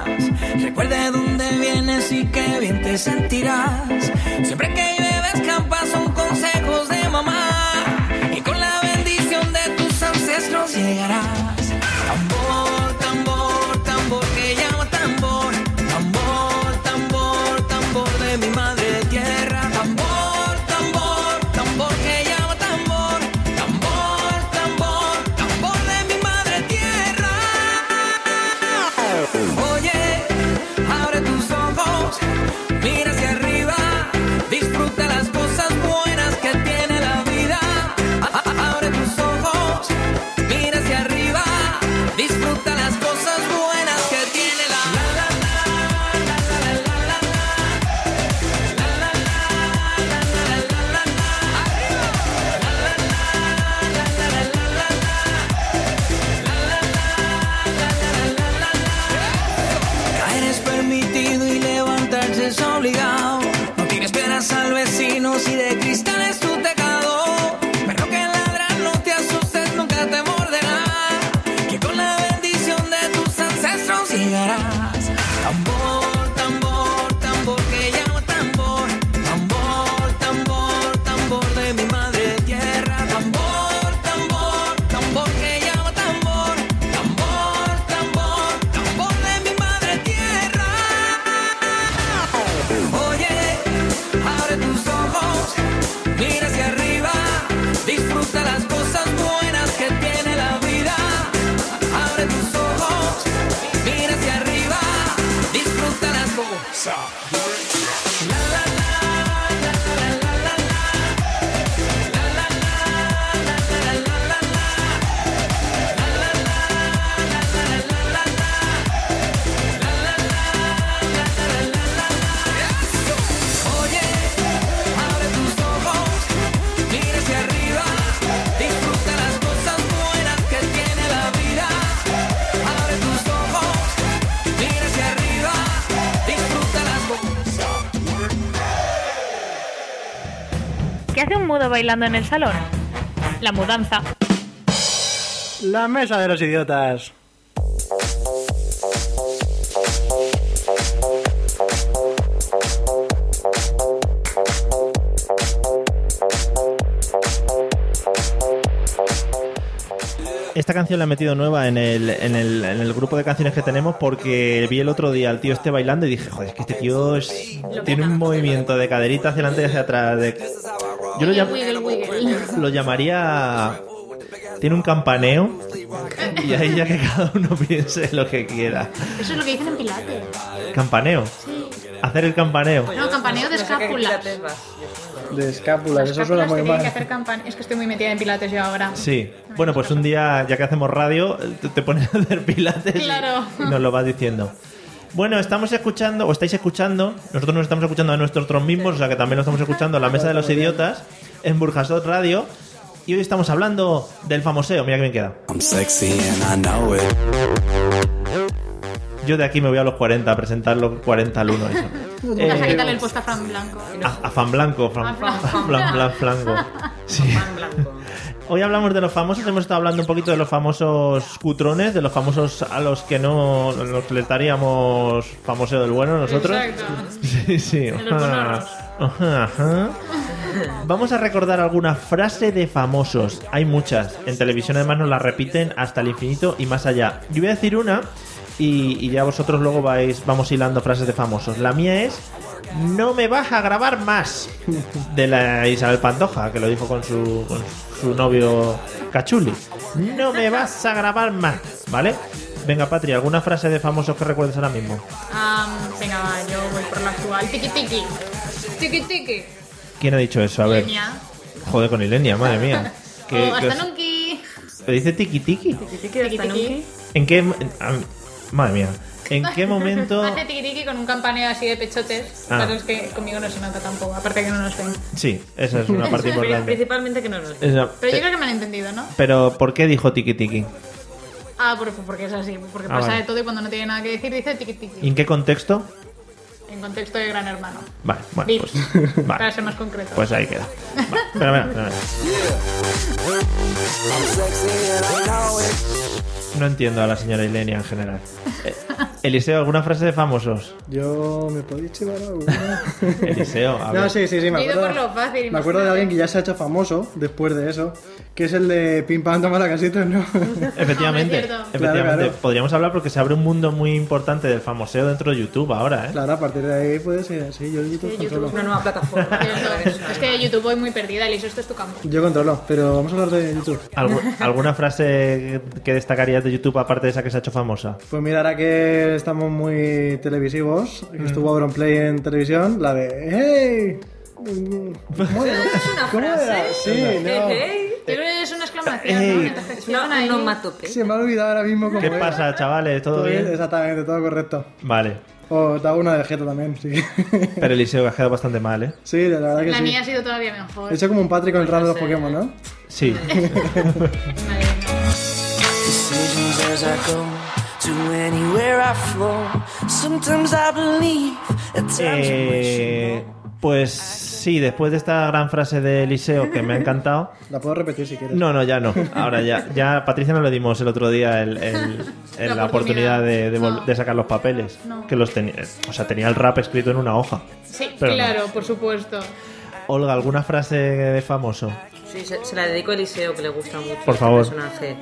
C: recuerda de dónde vienes y qué bien te sentirás. Siempre que bebes campas son consejos de mamá y con la bendición de tus ancestros llegarás. Tambor, tambor, tambor que llama tambor, tambor, tambor, tambor de mi madre tierra. Tambor, tambor, tambor que llama tambor, tambor, tambor, tambor de mi madre tierra. Oye, abre tus ojos, mira hacia arriba, disfruta las cosas buenas que tiene la vida. A- a- Abre tus ojos, mira hacia arriba, disfruta las cosas buenas que tiene la vida. Caer es permitido y levantarse es obligado. No tienes penas al vecino si de cristal es tu tecado. Pero que ladra, no te asustes, nunca te morderá. Que con la bendición de tus ancestros llegarás. Tambor, tambor, tambor que llama tambor. Tambor, tambor, tambor de mi madre tierra. Tambor, tambor, tambor que llama tambor. Tambor, tambor, tambor de mi madre tierra. Oye, abre tus ojos, mira hacia arriba, disfruta las cosas buenas que tiene la vida. Abre tus ojos, mira hacia arriba, disfruta las cosas. Oye, abre tus ojos, mira hacia arriba, disfruta las cosas buenas que tiene la vida. Abre tus ojos, mira hacia arriba, disfruta las cosas.
I: ¿Qué hace un mudo bailando en el salón? La mudanza.
D: La Mesa de los Idiotas.
B: Esta canción la he metido nueva en el, en, el, en el grupo de canciones que tenemos porque vi el otro día al tío este bailando y dije, joder, es que este tío es- tiene un movimiento de caderita hacia adelante y hacia atrás. de- Yo lo, llam-
E: Wiggle, wiggle.
B: lo llamaría... Tiene un campaneo y ahí ya que cada uno piense lo que quiera.
E: Eso es lo que dicen en Pilates.
B: Campaneo. Hacer el campaneo.
E: No, campaneo de
G: No sé qué
E: escápulas.
G: clases vas.
D: De escápulas,
E: Las
D: eso suena
E: escápulas
D: muy
E: te tienen que
D: mal.
E: hacer campan. Es que estoy muy metida en Pilates yo ahora.
B: Sí. Bueno, pues un día, ya que hacemos radio, te- te pones a hacer pilates y-
E: Claro.
B: y nos lo vas diciendo. Bueno, estamos escuchando, o estáis escuchando, nosotros nos estamos escuchando a nosotros mismos, o sea que también lo estamos escuchando a la Mesa de los Idiotas en Burjasot Radio. Y hoy estamos hablando del famoseo, mira que bien queda.
C: I'm sexy and I know it.
B: Yo de aquí me voy a los 40 a presentar los 40 al 1. eso.
E: Vas a
B: Eh,
E: quitarle el puesto a Fran Blanco.
B: a, a Fan Blanco. Fan,
E: A Fran-
B: Fan Blan- Blan- Flanco. Sí. Hoy hablamos de los famosos, hemos estado hablando un poquito de los famosos cutrones, de los famosos a los que no los que le estaríamos famoso del bueno nosotros.
E: Exacto.
B: Sí, sí.
E: los
B: Ajá. Ajá, ajá. Vamos a recordar alguna frase de famosos. Hay muchas. En televisión además nos la repiten hasta el infinito y más allá. Yo voy a decir una y, y ya vosotros luego vais, vamos hilando frases de famosos. La mía es, no me vas a grabar más. De la Isabel Pantoja, que lo dijo con su, con su novio Cachuli. No me vas a grabar más, ¿vale? Venga, Patria, ¿alguna frase de famosos que recuerdes ahora mismo?
E: Am, venga, va, yo voy por la actual. Tiki tiki. Tiki tiki.
B: ¿Quién ha dicho eso? A ver.
E: Genia.
B: Joder con Ilenia, madre mía.
E: O
B: Que, que
E: hasta
B: os-
E: nunca.
B: te dice tiki tiki.
C: Tiki, hasta nunca.
B: ¿En qué? en- ah, madre mía. ¿En qué momento?
E: Hace tiki tiki con un campaneo así de pechotes.
B: Ah.
E: Pero es que conmigo no se nota tampoco. Aparte que no nos ven.
B: Sí, esa es una parte importante.
C: Principalmente que no nos ven.
B: Esa-
E: Pero yo creo
B: eh,
E: que me han entendido, ¿no?
B: pero ¿por qué dijo tiki tiki?
E: Ah, porque, porque es así. Porque
B: Ah,
E: pasa
B: vale.
E: de todo y cuando no tiene nada que decir dice tiki
B: ¿Y
E: tiki.
B: en qué contexto?
E: En contexto de Gran Hermano.
B: Vale, bueno,
E: Bip.
B: pues,
E: Para
B: vale,
E: ser más concreto.
B: pues ahí queda. Vale, espera, espera, espera, espera. No entiendo a la señora Ilenia en general. Eh, Eliseo, ¿alguna frase de famosos?
D: Yo me podía chivar alguna.
B: Eliseo, a
D: No,
B: ver.
D: sí, sí, sí, me
E: He ido por
D: acuerdo.
E: lo fácil.
D: Me acuerdo de alguien que ya se ha hecho famoso después de eso, que es el de Pim Pam Toma la Casita, ¿no?
B: Efectivamente,
E: Hombre, cierto.
B: efectivamente.
D: Claro, claro.
B: Podríamos hablar porque se abre un mundo muy importante del famoseo dentro de YouTube ahora, ¿eh?
D: Claro, a partir de ahí puede ser así, yo el YouTube
C: YouTube
D: controlo.
C: es una nueva plataforma.
E: Cierto. Es que de YouTube voy muy perdida, Liso, esto es tu campo.
D: Yo controlo, pero vamos a hablar de YouTube.
B: Algu- ¿Alguna frase que destacarías de YouTube aparte de esa que se ha hecho famosa?
D: Pues mira, ahora que estamos muy televisivos,
B: Mm.
D: que estuvo Auronplay en televisión, la de ¡Hey! ¿Cómo era? ¿Cómo era? Sí, no.
C: Hey,
E: Yo creo que es una exclamación,
B: Ey.
E: ¿no? Mientras te
C: No,
E: gestionan ahí.
C: no mato. ¿eh?
D: Se me ha olvidado ahora mismo cómo
B: ¿Qué
D: era.
B: pasa, chavales? ¿Todo
D: Todo bien,
B: bien?
D: Exactamente, todo correcto.
B: Vale.
D: O te hago una de Jeta también, sí.
B: Pero Eliseo, que has quedado bastante mal, ¿eh?
D: sí, la verdad que
E: La
D: sí.
E: mía ha sido todavía mejor.
D: He hecho como un Patrick con el raro de los Pokémon, ¿no?
B: Sí.
G: Decisions as I go to anywhere I flow. Sometimes I believe, at times I wish you
B: Eh,
G: know.
B: pues sí, después de esta gran frase de Eliseo que me ha encantado.
D: La puedo repetir si quieres.
B: No, no, ya no. Ahora ya. Ya a Patricia nos le dimos el otro día el- el- el- la,
E: La
B: oportunidad
E: oportunidad.
B: de, de vol-
E: No.
B: de sacar los papeles.
E: No.
B: Que los tenía. O sea, tenía el rap escrito en una hoja.
E: Sí,
B: Pero no.
E: claro, por supuesto.
B: Olga, ¿alguna frase de famoso?
C: Sí, se, se la dedico a Eliseo, que le gusta mucho.
B: Por
C: este
B: favor.
C: personaje.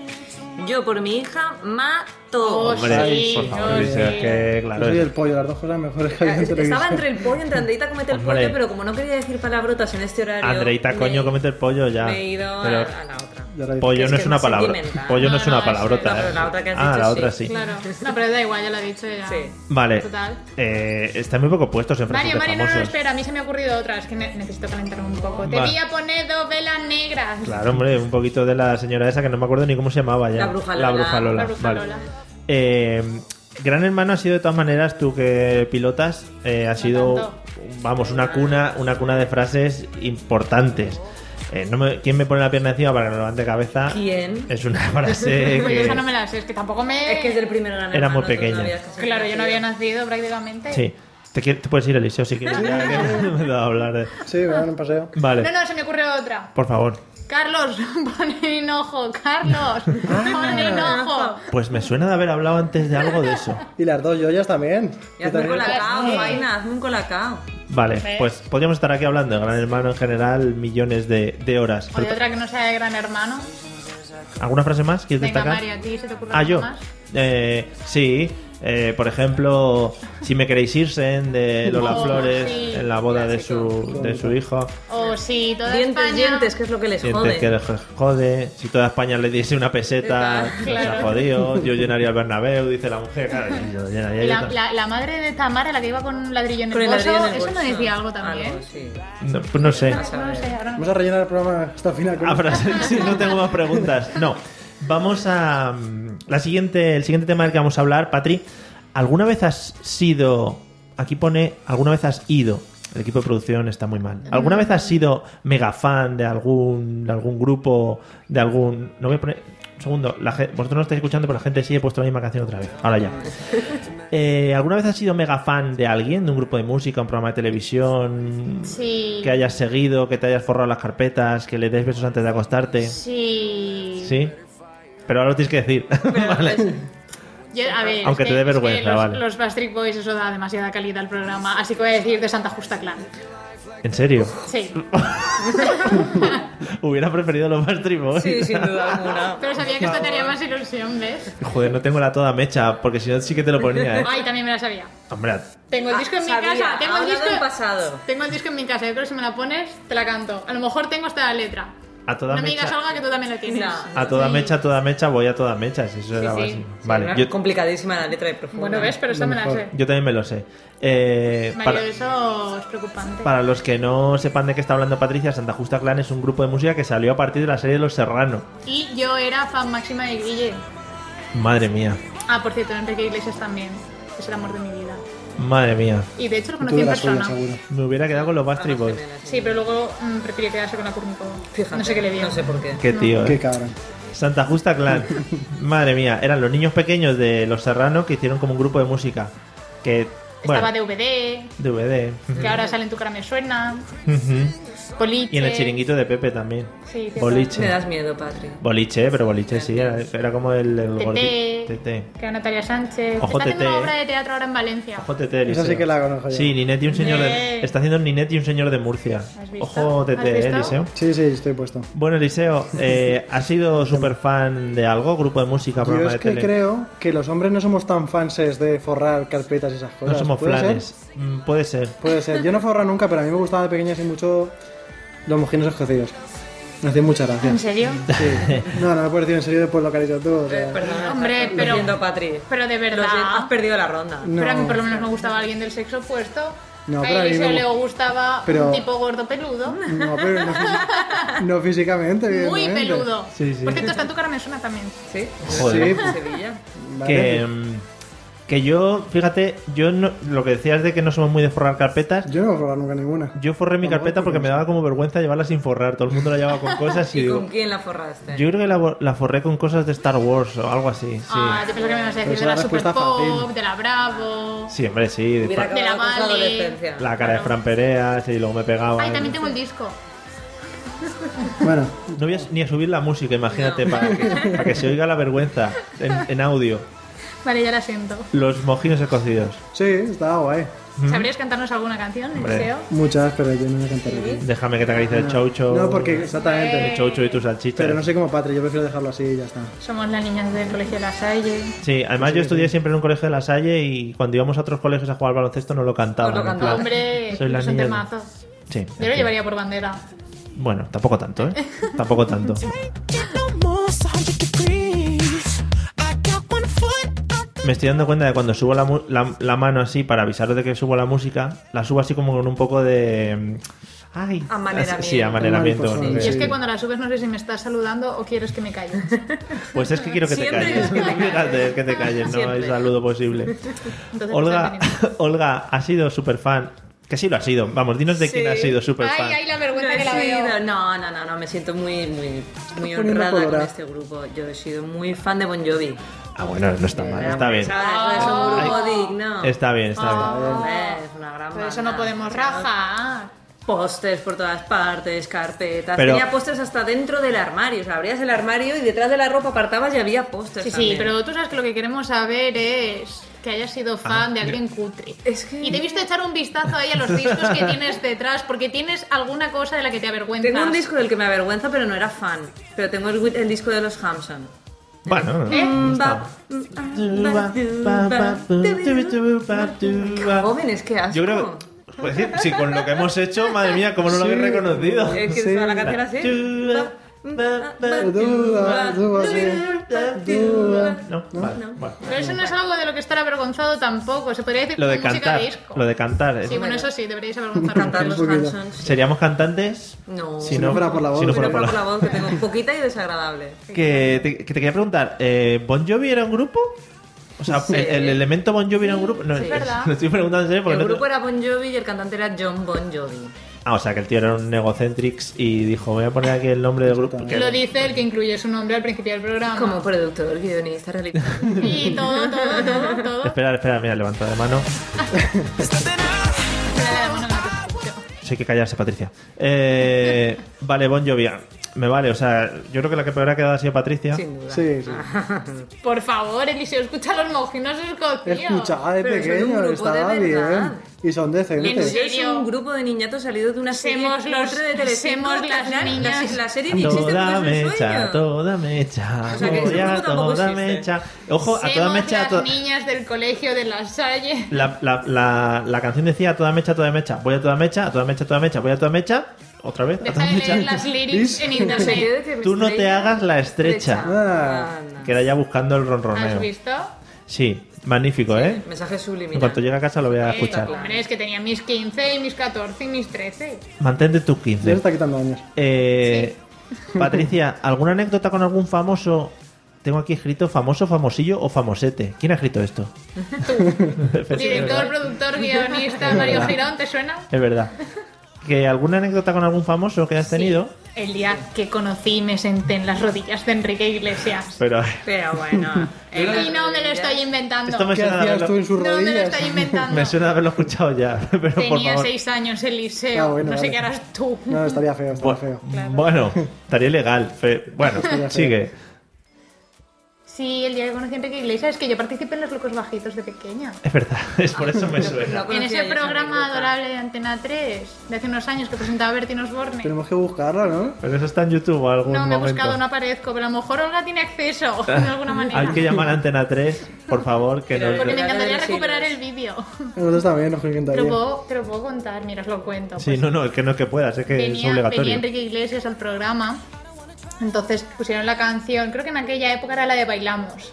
C: Yo por mi hija mato.
E: Oh, sí,
B: por favor,
E: oh,
B: Eliseo,
E: sí.
B: es que
D: Yo
B: claro.
D: soy
B: es-
D: el pollo, las dos cosas mejores que había en televisión.
C: Ah, Estaba entre el pollo, entre Andreita comete el
B: Hombre.
C: pollo, pero como no quería decir palabrotas en este horario.
B: Andreita,
C: me-
B: coño, comete el pollo ya.
C: Me he ido
B: Pero
C: a, a la otra.
D: Y ahora dice,
B: pollo
C: Es
B: no
C: que
B: es una
C: es más
B: palabra.
C: sentimental.
B: Pollo no, es
E: No,
B: una
E: no,
B: palabrota.
C: es- no,
B: ¿eh?
C: pero la otra que has
B: ah,
C: dicho
B: la
C: sí.
B: otra sí.
E: Claro. No, pero da igual, ya lo ha dicho ella.
C: Sí.
B: Vale.
E: Total.
B: Eh, están muy poco puestos en frases de
E: Mario, Mario, no, no,
B: famosos.
E: espera, a mí se me ha ocurrido otra, es que ne- necesito calentarme un poco. Te
B: Vale.
E: voy a poner dos velas negras.
B: Claro, hombre, un poquito de la señora esa que no me acuerdo ni cómo se llamaba ya.
C: La bruja
B: La
C: Lola.
B: bruja Lola.
E: La bruja
B: vale.
E: Lola.
B: Eh, Gran Hermano ha sido de todas maneras tú que pilotas, eh, ha sido
E: tanto.
B: vamos una cuna, una cuna de frases importantes. Eh, no me- ¿Quién me pone la pierna encima para que me levante cabeza?
C: ¿Quién?
B: Es una frase
E: Pues
B: que
E: yo esa no me la sé, es que tampoco me.
C: Es que es del primer gran
B: Era
C: hermano,
B: muy
C: tú no
B: pequeña.
C: habías nacido.
E: Claro, yo no había nacido prácticamente.
B: sí. Te, quiere- te puedes ir Eliseo si quieres. ya que me he dado a hablar de-
D: Sí, me dan un paseo.
B: Vale,
E: No, no, se me ocurre otra.
B: por favor.
E: Carlos, pon en ojo,
B: Ah.
E: Carlos, pon en ojo.
B: Pues me suena de haber hablado antes de algo de eso.
D: Y las dos yoyas también.
C: Y hazme
D: Yo
C: un
D: también.
C: colacao, vaina, hazme un colacao.
B: Vale,
E: ¿Ves?
B: pues podríamos estar aquí hablando de Gran Hermano en general millones de, de horas.
E: O de otra que no sea de gran hermano.
B: ¿Alguna frase más quieres
E: Venga,
B: destacar?
E: Mario, a ti se te ocurre
B: Ah,
E: algo
B: yo.
E: más.
B: Eh, sí. eh, por ejemplo, si me queréis irse de Lola
E: Oh,
B: Flores
E: sí,
B: en la boda de su, de su hijo.
E: O si toda
C: Dientes,
E: España.
C: dientes, que es lo que les
B: Sientes
C: jode.
B: que les jode. Si toda España le diese una peseta,
C: Claro.
B: nos ha jodido. Yo llenaría el Bernabéu, dice la mujer. Claro, yo llenaría
E: Y
B: yo
E: La,
B: también.
E: la- la madre de Tamara, la que iba con un ladrillo en el,
C: Con el
E: bolso,
C: ladrillo en el
E: eso no
C: bolso.
E: decía algo también.
C: Algo, sí.
B: No, pues no sé.
E: No lo sé, ahora no.
D: Vamos a rellenar el programa hasta el final. con-
B: Ah, frase- sí, no tengo más preguntas. No. Vamos a. mm, La siguiente, el siguiente tema del que vamos a hablar, Patri. ¿Alguna vez has sido. Aquí pone. ¿Alguna vez has ido? El equipo de producción está muy mal. ¿Alguna vez has sido mega fan de algún, de algún grupo? De algún. No voy a poner. un Segundo, la ge- vosotros no estáis escuchando, pero la gente sigue puesto la misma canción otra vez. Ahora ya. Eh, ¿Alguna vez has sido mega fan de alguien, de un grupo de música, un programa de televisión?
E: Sí.
B: Que hayas seguido, que te hayas forrado las carpetas, que le des besos antes de acostarte.
E: Sí.
B: Sí. Pero ahora lo tienes que decir. vale.
E: Yo, a ver,
B: Aunque
E: es
B: te dé
E: que- es que
B: vergüenza,
E: los,
B: vale.
E: Los Backstreet Boys, eso da demasiada calidad al programa. Así que voy a decir de Santa Justa Clan.
B: ¿En serio?
E: Sí.
B: Hubiera preferido los más ¿eh? Boys.
C: Sí, sin duda alguna.
E: Pero sabía que esto te haría más ilusión, ¿ves?
B: Joder, no tengo la toda mecha, porque si no sí que te lo ponía, ¿eh?
E: Ay, también me la sabía.
B: Hombre,
E: Tengo
D: Ah,
E: el disco en mi
C: sabía,
E: casa. Tengo el
C: hablado
E: disco
C: en pasado.
E: Tengo el disco en mi casa. Yo creo que si me la pones, te la canto. A lo mejor tengo hasta la letra.
B: a toda
E: No me digas
B: mecha.
E: algo que tú también la tienes.
B: A toda
E: Sí.
B: mecha, a toda mecha, voy a toda mecha. Si eso era
C: sí.
B: así.
C: Sí,
B: Vale,
C: una
B: yo,
C: Complicadísima la letra de profunda.
E: Bueno, ves, pero esta me la sé.
B: yo también me lo sé. Eh,
E: Mario,
B: para,
E: eso es preocupante.
B: para los que no sepan de qué está hablando Patricia, Santa Justa Clan es un grupo de música que salió a partir de la serie de Los Serrano.
E: Y yo era fan máxima de Guille.
B: Madre mía,
E: Ah, por cierto, de Enrique Iglesias también. Es el amor de mi vida.
B: madre mía.
E: Y de hecho lo
D: Tú
E: conocí
D: de
E: en
D: la suya,
E: persona.
D: seguro.
B: Me hubiera quedado con los Backstreet Boys.
E: Sí, pero luego mm, prefirió quedarse con la Kurnikova.
C: Fíjate,
E: No sé qué le dio.
C: No sé por qué.
B: Qué tío,
D: Qué
B: eh.
D: cabrón.
B: Santa Justa Clan. Madre mía, eran los niños pequeños de Los Serrano que hicieron como un grupo de música. Que, bueno,
E: Estaba DVD,
B: DVD.
E: que ahora sale en tu cara me suena.
B: Ujú.
E: Boliche.
B: y en el chiringuito de Pepe también.
E: Sí, Pepe.
C: Me
B: Boliche.
C: das miedo, Patri.
B: Boliche, pero boliche sí, era, era como el, el
E: Tete.
B: gordi- Tete.
E: Que era Natalia Sánchez.
B: Ojo,
E: Está haciendo
B: Tete,
E: una
B: eh.
E: obra de teatro ahora en Valencia.
B: Ojo Tete,
D: Esa sí
B: Eliseo.
D: que la conozco yo.
B: Sí, Ninette y un señor de,
E: Eh.
B: está haciendo Ninette y un señor de Murcia.
E: ¿Has visto?
B: Ojo
E: ¿Has
B: Tete, eh,
E: visto?
B: Eliseo.
D: Sí, sí, estoy puesto.
B: Bueno, Eliseo, eh, ¿has sido súper fan de algo? ¿Grupo de música,
D: Yo
B: programa
D: es
B: de
D: que
B: tele?
D: creo que los hombres no somos tan fanses de forrar carpetas y esas
B: no
D: cosas.
B: somos
D: ¿Puede ser?
B: flanes. Mm, Puede ser.
D: Puede ser. Yo no forro nunca, pero a mí me gustaba de pequeño así mucho los mojinos escocidos. Me hacían mucha gracia.
E: ¿En serio?
D: Sí. No, no me puedo decir en serio después lo que has dicho tú. o sea,
C: Eh, perdón,
E: Hombre,
C: Patri.
E: pero-
C: Lo siento, Patri.
E: Pero de
C: Lo siento, has
E: verdad.
C: perdido la ronda.
D: No.
E: Pero a mí por lo menos me gustaba alguien del sexo opuesto.
D: No,
E: a
D: pero a mí
E: Eliseo
D: me gu-
E: le gustaba
D: pero-
E: un tipo gordo peludo.
D: No, pero no, fisi- no físicamente,
E: Muy
D: evidentemente.
E: peludo.
B: Sí, sí.
E: Por cierto, está en tu cara me suena también.
C: ¿Sí?
B: Joder.
D: Sí.
C: Sevilla.
D: Vale.
B: Que, mm, que yo, fíjate, yo no- lo que decías de que no somos muy de forrar carpetas.
D: Yo no voy a forrar nunca ninguna.
B: Yo forré mi
D: Vamos,
B: carpeta porque me daba como vergüenza llevarla sin forrar. Todo el mundo la llevaba con cosas y
C: ¿Y
B: digo.
C: con quién la forraste?
B: Yo creo que la, la forré con cosas de Star Wars o algo así. Sí,
E: Ah, yo pensaba que me ibas a
D: Pero esa
E: decir de la
D: es la respuesta
E: Super Pop,
D: fácil.
E: de la Bravo.
B: sí hombre, sí. de
C: Hubiera
B: Fra-
E: De la
C: acabado con su
E: Vale.
C: adolescencia.
B: la cara de Fran Perea, y luego me pegaba.
E: Ay, también tengo el disco.
D: Bueno,
B: No voy a, ni a subir la música, imagínate, para, que, para que se oiga la vergüenza en, en audio.
E: Vale, ya la siento.
B: Los mojinos escocidos.
D: sí, estaba guay.
E: ¿Sabrías cantarnos alguna canción,
B: Hombre.
E: Eliseo?
D: Muchas, pero yo no voy a cantar aquí.
B: Déjame que te acaricie el chaucho.
D: Ah. No, porque exactamente.
B: El chaucho y tus salchichas.
D: Pero no soy como Patri, yo prefiero dejarlo así y ya está.
E: Somos las niñas del colegio de la Salle.
B: Sí, además yo estudié siempre en un colegio de la Salle y cuando íbamos a otros colegios a jugar al baloncesto no lo cantaban.
C: Os lo
B: en plan,
C: cantaban.
E: Hombre,
B: Ah, soy las
E: es un
B: niñas-
E: temazo.
B: Sí.
E: Yo lo llevaría por bandera.
B: Bueno, tampoco tanto, ¿eh? Tampoco tanto. Me estoy dando cuenta de cuando subo la, mu- la, la mano así para avisaros de que subo la música, la subo así como con un poco de... mm, Ay,
C: Amaneramiento.
B: Sí, amaneramiento.
D: Amaneramiento,
B: ¿no?
D: sí.
E: Y es
B: Que-
E: que cuando la subes no sé si me estás saludando o quieres que me calles.
B: Pues es que quiero que te
C: Siempre
B: calles.
C: es que te
B: Fíjate, es que te calles, no hay
C: Siempre.
B: saludo posible.
E: Entonces,
B: Olga,
E: pues,
B: Olga, ha sido super fan. Que sí lo ha sido. Vamos, dinos de
C: Sí.
B: quién ha sido super
E: Ay,
B: fan.
E: ay, la
C: No,
E: vergüenza
C: he
E: que la
C: sido-
E: veo.
C: no, no, no, no, me siento muy, muy, muy
D: poniendo
C: honrada con
D: colorada.
C: este grupo. Yo he sido muy fan de Bon Jovi.
B: Ah, bueno, no está mal, está bien.
C: ¿Sabes? Es
E: Ah.
C: un grupo digno.
B: Está bien, está bien.
C: Hombre, Es una gran
E: Por Ah, eso
C: banda.
E: no podemos rajar.
C: Pósters por todas partes, carpetas.
B: Pero-
C: Tenía pósters hasta dentro del armario. O sea, abrías el armario y detrás de la ropa apartabas y había pósters.
E: Sí, sí,
C: también.
E: pero tú sabes que lo que queremos saber es que hayas
B: Ah,
E: sido fan de alguien cutre.
C: Es que-
E: Y te he visto echar un vistazo ahí a los discos que tienes detrás, porque tienes alguna cosa de la que te avergüenzas.
C: Tengo un disco del que me avergüenza, pero no era fan. Pero tengo el, el disco de los Hampson.
B: Bueno, no, no,
E: ¿Eh?
B: no está mal.
C: Jóvenes, qué asco.
B: Yo creo pues sí, sí, con lo que hemos hecho, madre mía, ¿cómo no lo habéis
D: Sí.
B: reconocido?
E: Eh,
C: Es Eh, que
D: Sí.
C: suena la canción así.
D: Duda, duda, sí. Duda.
B: No, vale, bueno.
E: Pero eso no es algo de lo que estar avergonzado tampoco. Se podría decir
B: Lo de
E: como música
B: cantar,
E: de disco.
B: lo de cantar. es-
E: Sí, bueno, eso sí, deberíais
C: Cantar
E: avergonzaros.
C: los
D: Un poquito.
C: Hampson.
B: ¿Seríamos cantantes?
C: No.
B: Si
C: Si
D: no fuera por la voz.
B: Si no
C: no
B: fuera
C: fuera
B: por la-
C: por la voz que tengo poquita y desagradable.
B: Que te, que te quería preguntar, eh, ¿Bon Jovi era un grupo? O sea,
C: Sí.
B: el, el elemento Bon Jovi era un grupo. No,
E: sí.
B: es-
E: ¿Verdad?
B: lo estoy preguntando en serio porque
C: El
B: no te-
C: grupo era Bon Jovi y el cantante era John Bon Jovi.
B: Ah, o sea, que el tío era un negocentrix y dijo, voy a poner aquí el nombre del grupo. que-
E: Lo dice el que incluye su nombre al principio del programa.
C: Como productor, guionista, realizador.
E: Y todo, todo, todo, todo.
B: Esperar, esperar, mira, levanta de mano. Sí hay que callarse, Patricia. Eh, vale, Bon Jovi. ah, Me vale, o sea, yo creo que la que peor ha quedado ha sido Patricia.
E: Sin duda.
D: Sí, sí.
E: Por favor, Eliseo, escucha los mojinos escocíos.
D: Escucha, ah, de pequeño, estaba bien. Y son
C: En
D: decentes.
C: serio, es un grupo de niñatos salidos de una serie
E: Semos los-
C: cutre de Telecinco,
E: semos las
C: la- la-
E: niñas.
C: La, serie ni existe porque es
B: Toda
C: un
B: mecha,
C: sueño.
B: toda mecha,
C: O sea, que ese
B: voy a
C: grupo tampoco
B: toda
C: existe.
B: mecha. Ojo, a toda
E: Semos
B: mecha, a
E: las
B: to-
E: niñas del colegio de la Salle.
B: la, la, la, la canción decía a toda mecha, a toda mecha, voy a toda mecha, a toda mecha, a toda mecha, voy a toda mecha, otra vez, a
E: Deja
B: toda
E: de
B: mecha.
E: leer las lyrics en
C: No sé, yo
E: internet.
C: de que me
B: Tú no te
C: estrella-
B: hagas la estrecha,
D: Ah,
B: que era ya buscando el
E: ¿Has
B: ronroneo.
E: visto?
B: Sí, magnífico, ¿eh?
C: Mensaje
B: En
C: subliminal.
B: cuanto llegue a casa lo voy a
E: Eh,
B: escuchar.
E: hombre, es que tenía mis 15 y mis 14 y mis 13.
B: Mantente tus
D: ya
B: 15.
D: se está quitando años.
B: Eh, Patricia, ¿alguna anécdota con algún famoso? Tengo aquí escrito famoso, famosillo o famosete. ¿Quién ha escrito esto?
E: Director, productor, guionista, Mario Girón, ¿te suena?
B: Es verdad. ¿Que ¿Alguna anécdota con algún famoso que hayas tenido?
E: El día que conocí y me senté en las rodillas de Enrique Iglesias.
B: Pero
C: Pero bueno. en las
E: Y no me lo
C: rodillas.
E: estoy inventando.
B: esto me
D: ¿Qué
B: suena, de
D: hacías tú en
B: haberlo,
D: sus
E: No me lo
D: rodillas?
E: estoy inventando.
B: me suena de haberlo escuchado ya. Pero por
E: Ah. Tenía
B: favor.
E: seis años, Eliseo.
D: Ah, bueno,
E: no sé
D: vale.
E: qué harás tú.
D: No, estaría feo,
B: Bu-
D: estaría feo.
B: Bueno, estaría ilegal. fe- Bueno,
D: Estaría feo.
B: sigue.
E: Sí, el día que conocí a Enrique Iglesias es que yo participé en Los Locos Bajitos de pequeña.
B: Es verdad, es por eso me suena.
C: No
E: En
C: conocía yo
E: ese
C: esa anécdota.
E: programa adorable de Antena 3 de hace unos años que presentaba Bertín Osborne.
D: Tenemos que buscarla, ¿no?
B: Pero eso está en YouTube o algún
E: No, me he
B: momento.
E: buscado, no aparezco, pero a lo mejor Olga tiene acceso de alguna manera.
B: Hay que llamar a Antena 3, por favor, que
C: Pero
B: nos...
E: Porque me encantaría
C: Lugares
E: recuperar el
C: visibles.
E: vídeo.
D: Nosotros también nos
E: Te lo,
D: encantaría.
E: puedo, te lo puedo contar, mira, os lo cuento.
B: Sí,
E: Pues
B: no, no, es que no es que puedas, es que es
E: venía, venía
B: obligatorio.
E: Enrique Iglesias al programa, entonces pusieron la canción, creo que en aquella época era la de Bailamos.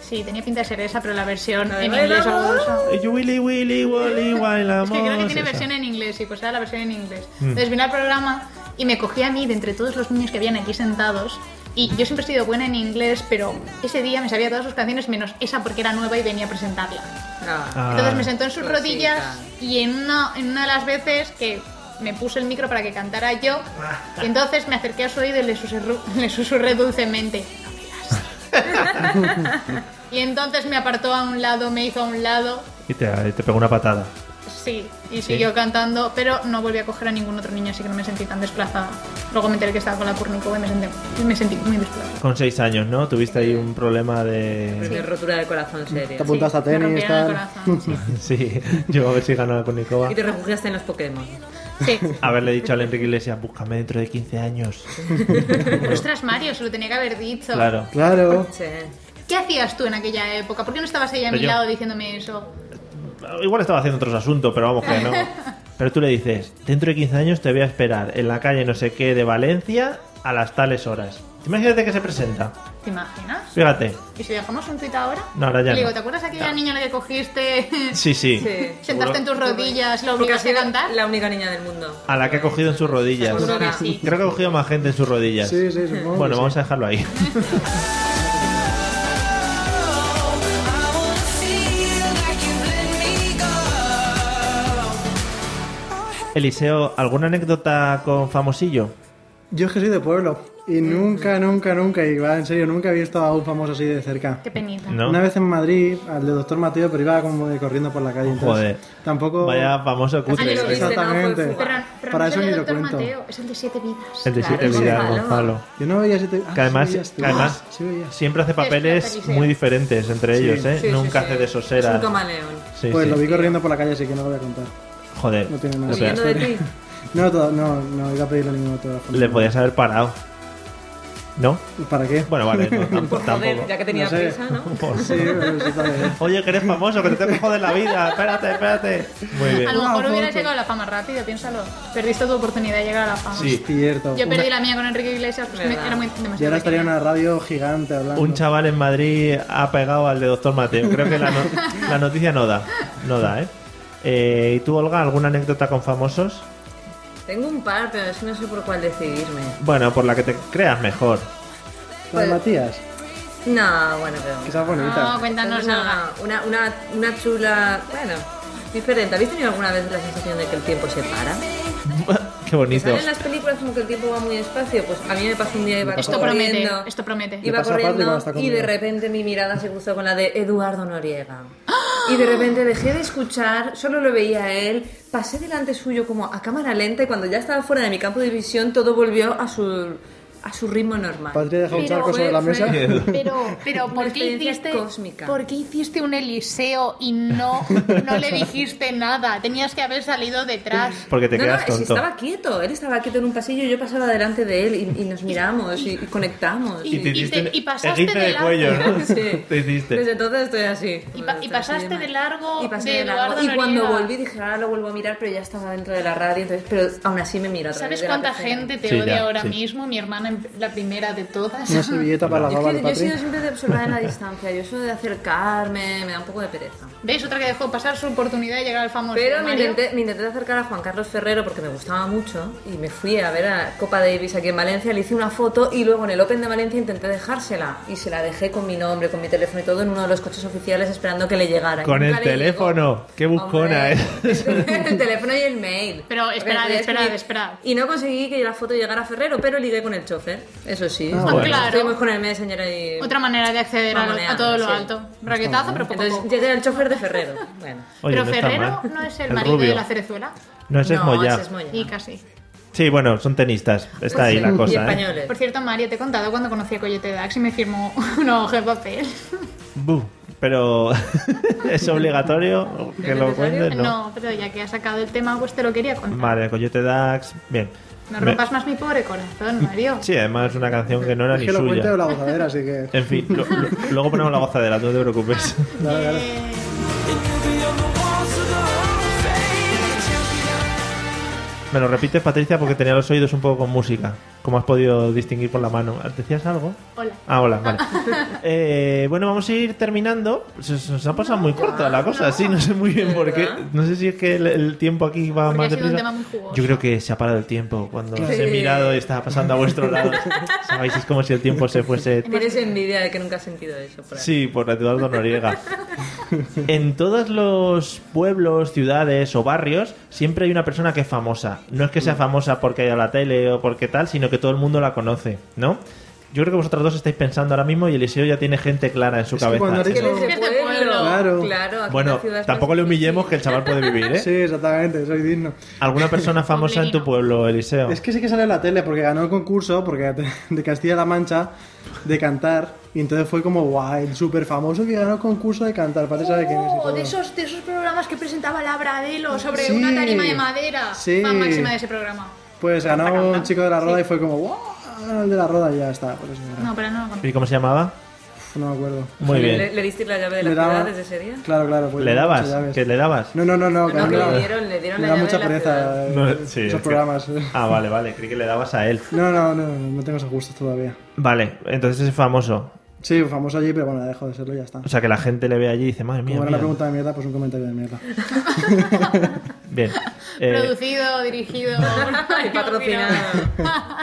E: Sí, tenía pinta de ser esa, pero la versión
C: La de
E: en inglés o algo de eso.
B: Y Willy, Willy, Wally,
E: Es que creo que tiene versión en inglés, sí, pues era la versión en inglés.
B: Mm.
E: Entonces vino al programa y me cogí a mí de entre todos los niños que habían aquí sentados. Y yo siempre he sido buena en inglés, pero ese día me sabía todas sus canciones menos esa porque era nueva y venía a presentarla.
C: No.
E: Entonces me sentó en sus
C: Cosita.
E: rodillas y en una, en una de las veces que me puse el micro para que cantara yo,
D: Ah.
E: y entonces me acerqué a su oído y le susurré, le susurré dulcemente. "No me la sé". y entonces me apartó a un lado, me hizo a un lado,
B: Y te, te pegó una patada.
E: sí, y siguió cantando, pero no volví a coger a ningún otro niño, así que no me sentí tan desplazada. Luego me enteré que estaba con la Kurnikova y me senté- me sentí muy desplazada.
B: Con seis años, ¿no? Tuviste ahí un problema de...
C: Primera rotura de corazón seria.
D: Te apuntaste a
E: me
D: tenis,
E: rompieron el
D: tal.
E: corazón, sí.
B: Sí, yo a ver si ganaba con Nicoba.
C: Y te refugiaste en los Pokémon.
E: Sí.
B: Haberle dicho al Enrique Iglesias, búscame dentro de 15 años.
E: Ostras, Mario, se lo tenía que haber dicho.
B: Claro.
D: Claro.
C: Sí.
E: ¿Qué hacías tú en aquella época? ¿Por qué no estabas ahí a
B: Pero
E: mi
B: yo-
E: lado diciéndome eso?
B: Igual estaba haciendo otros asuntos, pero vamos que no. Pero tú le dices, dentro de 15 años te voy a esperar en la calle no sé qué de Valencia a las tales horas. Imagínate que se presenta.
E: ¿Te imaginas?
B: Fíjate.
E: ¿Y si dejamos un tuit ahora?
B: No, ahora ya
E: Le digo,
B: no.
E: ¿te acuerdas aquella niña a la que cogiste, Eh,
B: Sí, sí.
C: Sí.
E: sentaste en tus rodillas, lo
C: Porque
E: obligaste a
C: sido
E: cantar?
C: la única niña del mundo.
B: A la que ha cogido en sus rodillas.
E: Seguro que sí.
B: Creo que ha cogido más gente en sus rodillas.
D: Sí, sí, supongo.
B: Bueno,
D: que
B: vamos a dejarlo ahí. Eliseo, ¿alguna anécdota con famosillo?
D: sí. Yo es que soy de pueblo. Y nunca, nunca, nunca, y va, en serio, nunca he visto a un famoso así de cerca.
E: Qué penita.
B: ¿No?
D: Una vez en Madrid, al de Doctor Mateo, pero iba como de corriendo por la calle. Entonces,
B: Joder.
D: Tampoco.
B: Vaya famoso
C: Ay, lo
B: cutre.
C: viste,
D: Exactamente.
C: ¿no? pues, Fue
E: Pero,
C: fugaz.
E: pero
D: Para
E: no es
D: eso
E: el
D: ni
E: de
D: lo
E: Doctor
D: cuento.
E: Mateo, es el de Siete Vidas.
B: El de
C: Claro,
B: siete
C: ese
B: vidas,
C: palo.
B: Gonzalo.
D: Yo no veía siete. ah,
B: Que además,
D: sí veías tú.
B: que además
D: Ah, sí veías.
B: siempre hace papeles
E: Eliseo.
B: muy diferentes entre ellos, ¿eh?
C: Sí, sí,
B: Nunca
C: sí.
B: hace de
C: Es
B: sosera.
C: un camaleón.
B: Sí,
D: Pues
B: sí.
D: lo vi corriendo por la calle, así que no lo voy a contar.
B: Joder.
D: No tiene nada.
B: O sea,
C: Huyendo de ti.
D: No, todo- no, no, iba a pedirle ningún autógrafo.
B: le podías haber parado. ¿No?
D: ¿Para qué?
B: Bueno, vale, no, tampoco.
C: Por joder,
B: tampoco.
C: ya que tenía
D: No sé.
C: prisa, ¿no?
B: Por-
D: Sí, pero sí, también.
B: Oye, que eres famoso, que te tengo que joder la vida. Espérate, espérate. Muy bien.
E: A lo
D: Una
E: mejor hubieras
D: foto.
E: llegado a la fama rápido, piénsalo. Perdiste tu oportunidad de llegar a la fama.
B: Sí.
D: Cierto.
E: Yo
D: Una-
E: perdí la mía con Enrique Iglesias, pues me-
C: Verdad.
E: era muy
D: Y
E: demasiado.
D: ahora estaría en
E: pequeña.
D: una radio gigante hablando.
B: Un chaval en Madrid ha pegado al de Doctor Mateo. Creo que la, no- la noticia no da. No da, ¿eh? Eh, ¿Y tú, Olga, alguna anécdota con famosos?
C: Tengo un par, pero es que no sé por cuál decidirme.
B: Bueno, por la que te creas mejor.
D: La de Matías,
C: No, bueno, pero.
D: que esa es bonita.
E: No, cuéntanos algo.
C: una, una, una, una chula. Bueno, diferente. ¿Habéis tenido alguna vez la sensación de que el tiempo se para?
B: Qué bonito.
C: Salen las películas como que el tiempo va muy despacio. Pues a mí me pasó un día iba
E: Esto promete,
C: corriendo.
E: esto promete.
C: Iba
D: pasa a Pablo y va
C: corriendo
D: hasta
C: y
D: conmigo.
C: de repente mi mirada se cruzó con la de Eduardo Noriega. Y de repente dejé de escuchar, solo lo veía a él, pasé delante suyo como a cámara lenta y cuando ya estaba fuera de mi campo de visión todo volvió a su, a su ritmo normal.
D: Patria deja un
C: Pero
D: charco
C: fue-
D: sobre la
C: fue-
D: mesa.
E: Pero, pero
C: Una
E: ¿por, qué
C: experiencia
E: hiciste,
C: cósmica.
E: ¿por qué hiciste un Eliseo y no, no le dijiste nada? Tenías que haber salido detrás.
B: Porque te
C: no,
B: quedas
C: no, si
B: tonto.
C: estaba quieto, él estaba quieto en un pasillo, yo pasaba delante de él y, y nos miramos y, y conectamos.
E: Y-
B: te hiciste
E: y pasaste
B: esguince de
E: delante.
B: cuello, ¿no?
C: Sí.
B: Te hiciste.
C: Desde entonces estoy así.
E: Y, pa- y pasaste de largo
C: Y pasé
E: de
C: de largo.
E: Eduardo
C: Y cuando
E: Noriega.
C: volví dije, ahora lo vuelvo a mirar, pero ya estaba dentro de la radio, entonces, pero aún así me mira. a través
E: ¿Sabes
C: de la
E: cuánta
C: pecera.
E: gente te
B: Sí,
E: odia
B: ya,
E: ahora
B: sí.
E: mismo? Mi hermana, en- la primera de todas.
D: Una servilleta para la
C: Yo,
D: baba
C: es
D: de
C: que yo he sido
D: Patri.
C: siempre de observar en la distancia, yo soy de acercarme, me da un poco de pereza.
E: ¿Veis? Otra que dejó pasar su oportunidad de llegar al famoso.
C: Pero me
E: Mario.
C: intenté, me intenté acercar a Juan Carlos Ferrero porque me gustaba mucho y me fui a ver a Copa Davis aquí en Valencia, le hice una foto y luego en el Open de Valencia intenté dejársela y se la dejé con mi nombre, con mi teléfono y todo en uno de los coches oficiales esperando que le llegara. Y
B: Con
C: nunca
B: el
C: le llegó.
B: teléfono. Qué buscona,
C: Hombre,
B: ¿eh?
C: El teléfono y el mail.
E: Pero
C: Porque
E: esperad,
C: podía escribir.
E: esperad, esperad.
C: Y no conseguí que la foto llegara a Ferrero, pero ligué con el chofer. Eso sí.
D: Ah, bueno.
E: Claro.
C: Estuvimos con el messenger y...
E: Otra manera de acceder a, lo- a todo lo
C: Sí.
E: alto. Raquetazo, pero poco a
C: Entonces
E: poco.
C: llegué al chofer de Ferrero. Bueno.
B: Oye,
E: pero
B: no está
E: Ferrero
B: mal.
E: no es el,
B: El
E: marido
B: rubio.
E: de la cerezuela.
B: No ese es
C: No,
B: Moya.
C: ese es Moya.
E: Y casi.
B: Sí, bueno, son tenistas. Está ahí la
C: Pues Y
B: cosa. ¿eh?
C: españoles.
E: Por cierto, Mario, te he contado cuando conocí a Coyote Dax y me firmó una hoja de papel.
B: Bu, Pero es obligatorio que lo
C: necesario?
B: cuentes,
E: No.
B: ¿no?
E: pero ya que has sacado el tema, pues te lo quería contar.
B: Vale, Coyote Dax. Bien.
E: No
B: Me-
E: rompas más mi pobre corazón, Mario.
B: Sí, además es una canción que no era
D: Es
B: ni
D: que lo cuente
B: suya.
D: de la gozadera, así que.
B: En fin, lo- lo- luego ponemos la gozadera, no te preocupes.
D: Dale, dale.
E: Eh,
B: Me lo repites, Patricia, porque tenía los oídos un poco con música, como has podido distinguir por la mano. ¿Decías algo?
E: Hola.
B: Ah, hola, vale. Eh, bueno, vamos a ir terminando. Se se nos ha pasado muy corta la cosa, sí, no sé muy bien por qué. No sé si es que el, el tiempo aquí va
E: Porque
B: más
E: ha sido un
B: deprisa.
E: tema muy jugoso.
B: Yo creo que se ha parado el tiempo cuando os he mirado y estaba pasando a vuestro lado. Sabéis, es como si el tiempo se fuese
C: Tienes envidia de que nunca has sentido eso. Por ahí.
B: Sí, por Eduardo Noriega. en todos los pueblos, ciudades o barrios siempre hay una persona que es famosa. No es que
D: Mm.
B: sea famosa porque haya la tele o porque tal, sino que todo el mundo la conoce, ¿no? Yo creo que vosotros dos estáis pensando ahora mismo y Eliseo ya tiene gente clara en su
D: Es que
B: cabeza.
D: cuando has
C: Que
D: dicho-
C: él es de
E: Es de
C: pueblo.
E: pueblo.
C: Claro.
D: Claro.
C: aquí en
B: Bueno,
C: la ciudad es
B: tampoco
C: más
B: le humillemos que
C: difícil.
B: el chaval puede vivir, ¿eh?
D: Sí, exactamente, soy digno.
B: ¿Alguna persona famosa en tu
E: Pobrecito.
B: pueblo, Eliseo?
D: Es que sí que sale en la tele porque ganó el concurso porque te- de Castilla-La Mancha de cantar y entonces fue como guay, el súper famoso que ganó el concurso de cantar, parece saber quién es y
E: Oh,
D: todo.
E: de esos, de esos programas que presentaba Labradelo sobre
D: Sí.
E: una tarima de madera.
D: Sí.
E: Fan máxima de ese programa.
D: Pues ganó
E: Canta, canta.
D: un chico de la roda
E: Sí.
D: y fue como wow, ganó el de la roda y ya está, por eso era.
E: No, pero no lo conozco.
B: ¿Y cómo se llamaba?
D: Pf, no me acuerdo.
B: Muy
C: ¿Le,
B: bien.
C: le diste la llave de la
D: Me daba-
C: ciudad desde ese día?
D: Claro, claro, pues
B: ¿Le
D: muchas
B: dabas?
D: llaves.
B: ¿Que le dabas?
D: No, no, no, no, que
C: No,
D: a mí me
C: que le
D: daba-
C: dieron, le dieron
D: me
C: la
D: da
C: llave
D: mucha
C: de la ciudad.
D: pereza eh,
B: No, sí, es
D: esos
B: que-
D: programas. eh.
B: Ah, vale, vale. Creí que le dabas a él.
D: No, no, no, no tengo esos gustos todavía.
B: Vale, entonces es famoso.
D: Sí, famoso allí, pero bueno, ha dejado de serlo y ya está.
B: O sea, que la gente le ve allí y dice, madre mía.
D: Como era la
B: mira".
D: pregunta de mierda, pues un comentario de mierda.
B: Bien. Eh,
E: Producido, dirigido,
C: Y patrocinado.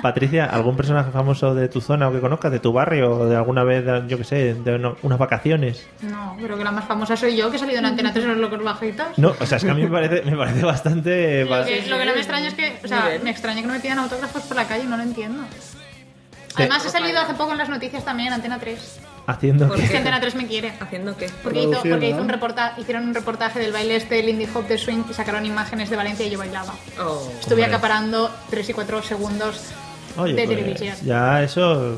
B: Patricia, ¿algún personaje famoso de tu zona o que conozcas, de tu barrio, o de alguna vez, de- yo qué sé, de uno- unas vacaciones?
E: No, creo que la más famosa soy yo, que he salido en Antena 3 en los locos bajitos.
B: No, o sea, es que a mí me parece, me parece bastante...
E: Lo
B: va-
E: que, lo que no me extraña es que, o
C: Muy
E: sea,
C: bien.
E: me extraña que no me pidan autógrafos por la calle, no lo entiendo.
B: Eh,
E: Además, he salido hace poco en las noticias también en Antena 3.
B: Haciendo...
C: ¿Por
B: que-
E: Es
C: qué?
E: que Antena 3 me quiere.
C: ¿Haciendo qué?
E: Porque, hizo,
D: Produciendo,
E: porque hizo un
D: ¿no?
E: reporta- hicieron un reportaje del baile este del indie hop de swing y sacaron imágenes de Valencia y yo bailaba.
C: Oh.
E: Estuve
B: Hombre.
E: acaparando 3 y 4 segundos
B: Oye,
E: de
B: pues,
E: televisión.
B: ya eso...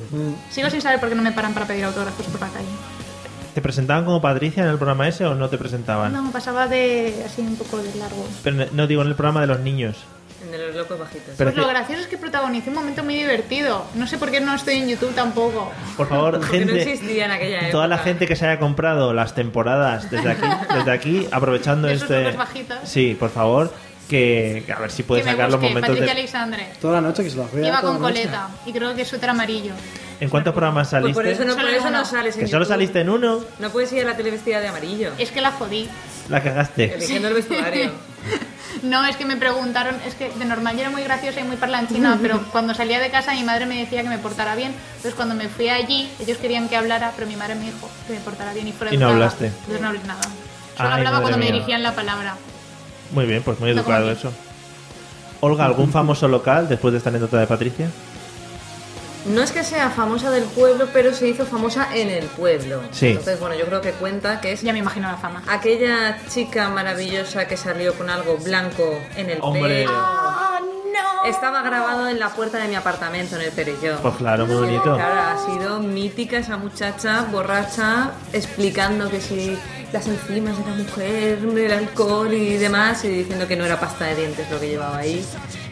E: Sigo sin saber por qué no me paran para pedir autógrafos por la calle.
B: ¿Te presentaban como Patricia en el programa ese o no te presentaban?
E: No, pasaba de así un poco de largo.
B: Pero no- no digo en el programa de los niños.
C: El de los locos bajitos.
B: Pero
E: Pues lo
B: es que-
E: gracioso es que protagonicé un momento muy divertido. No sé por qué no estoy en YouTube tampoco.
B: por favor,
C: Porque no
B: gente...
C: existía en aquella época.
B: Toda la gente que se haya comprado las temporadas desde aquí, desde aquí aprovechando
E: Esos
B: este.
E: números bajitos.
B: Sí, por favor, que, que a ver si puedes
E: que me
B: sacar los
E: busque,
B: momentos
E: Patricia
B: de.
E: Alexandre.
D: Toda la noche que se los vea.
E: Iba
D: toda
E: con
D: la noche.
E: coleta y creo que suéter amarillo.
B: ¿En cuántos programas
C: Pues
B: saliste?
C: por eso no, por
E: Solo
C: eso
E: uno.
C: no sales en
B: Que solo
C: YouTube.
B: saliste en uno,
C: No puedes ir a la tele vestida de amarillo.
E: Es que la jodí.
B: la cagaste.
C: Eligiendo el vestuario.
E: No, es que me preguntaron, es que de normal yo era muy graciosa y muy parlanchina, pero cuando salía de casa mi madre me decía que me portara bien. Entonces cuando me fui allí, ellos querían que hablara, pero mi madre me dijo que me portara bien y fuera
B: Y no
E: educada.
B: hablaste.
E: Entonces no hablé nada. Solo
B: Ay,
E: hablaba
B: madre
E: cuando me
B: mía.
E: dirigían la palabra.
B: Muy bien, pues muy
E: No
B: educado
E: como
B: eso. Olga, ¿algún famoso local después de esta anécdota de Patricia?
C: No es que sea famosa del pueblo, pero se hizo famosa en el pueblo.
B: Sí.
C: Entonces, bueno, yo creo que cuenta que es. Ya
E: me imagino la fama.
C: Aquella chica maravillosa que salió con algo blanco en el
B: Hombre.
C: pelo.
E: Ah,
C: Estaba grabado en la puerta de mi apartamento en el Perelló.
B: Pues claro, muy bonito.
C: Claro, ha sido mítica esa muchacha borracha explicando que si las enzimas de la mujer, del alcohol y demás, y diciendo que no era pasta de dientes lo que llevaba ahí.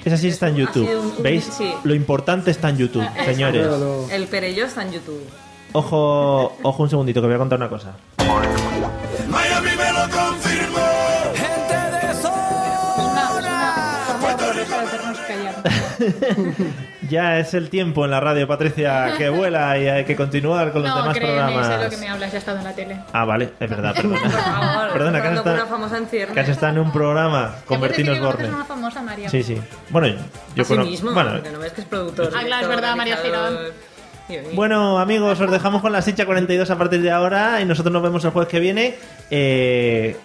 B: Esa sí está en
C: sido un-
B: YouTube.
C: un-
B: ¿Veis?
C: sí. Ah,
B: Lo importante está en YouTube, señores.
C: El Perelló está en YouTube.
B: Ojo, ojo un segundito, que voy a contar una cosa.
G: Miami me lo confirmó. Gente de
B: Ya es el tiempo en la radio, Patricia, que vuela y hay que continuar con los
E: No,
B: demás
E: créeme, sé lo
B: programas.
E: que me hablas, ya he estado en la tele.
B: Ah, vale, es verdad, perdona.
C: favor,
B: Perdona, que has
C: hablando con
B: estado-
C: una famosa encierro.
B: Que has estado en un programa con Bertín
E: Tienes
B: Osborne.
E: una famosa, María.
B: Sí, sí. Bueno, yo
C: Así
B: conozco.
C: mismo,
B: Bueno,
C: porque no ves que es productor.
E: Ah, claro, es
C: director,
E: verdad, María
C: realizador.
E: Girón.
B: Bueno, amigos, os dejamos con la Sicha 42 a partir de ahora y nosotros nos vemos el jueves que viene. Eh,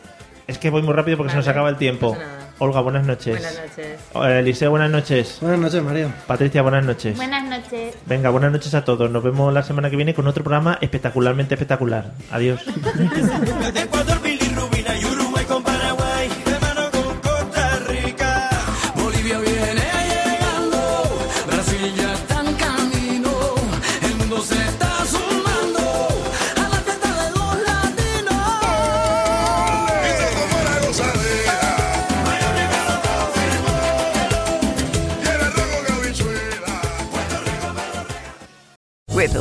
B: es que voy muy rápido porque se nos acaba el tiempo. Olga, buenas noches.
E: Buenas noches.
B: Eh, Eliseo, buenas noches.
D: Buenas noches, María.
B: Patricia, buenas noches.
E: Buenas noches.
B: Venga, buenas noches a todos. Nos vemos la semana que viene con otro programa espectacularmente espectacular. Adiós.
G: Ecuador, bilirrubina y Uruguay con Paraguay, de mano con Costa Rica. Bolivia viene llegando, Brasil ya está en camino. El mundo se está sumando a la fiesta de los latinos. Eso como la gozadera. Miami me lo confirmó. Y era rojo habichuela.
J: With the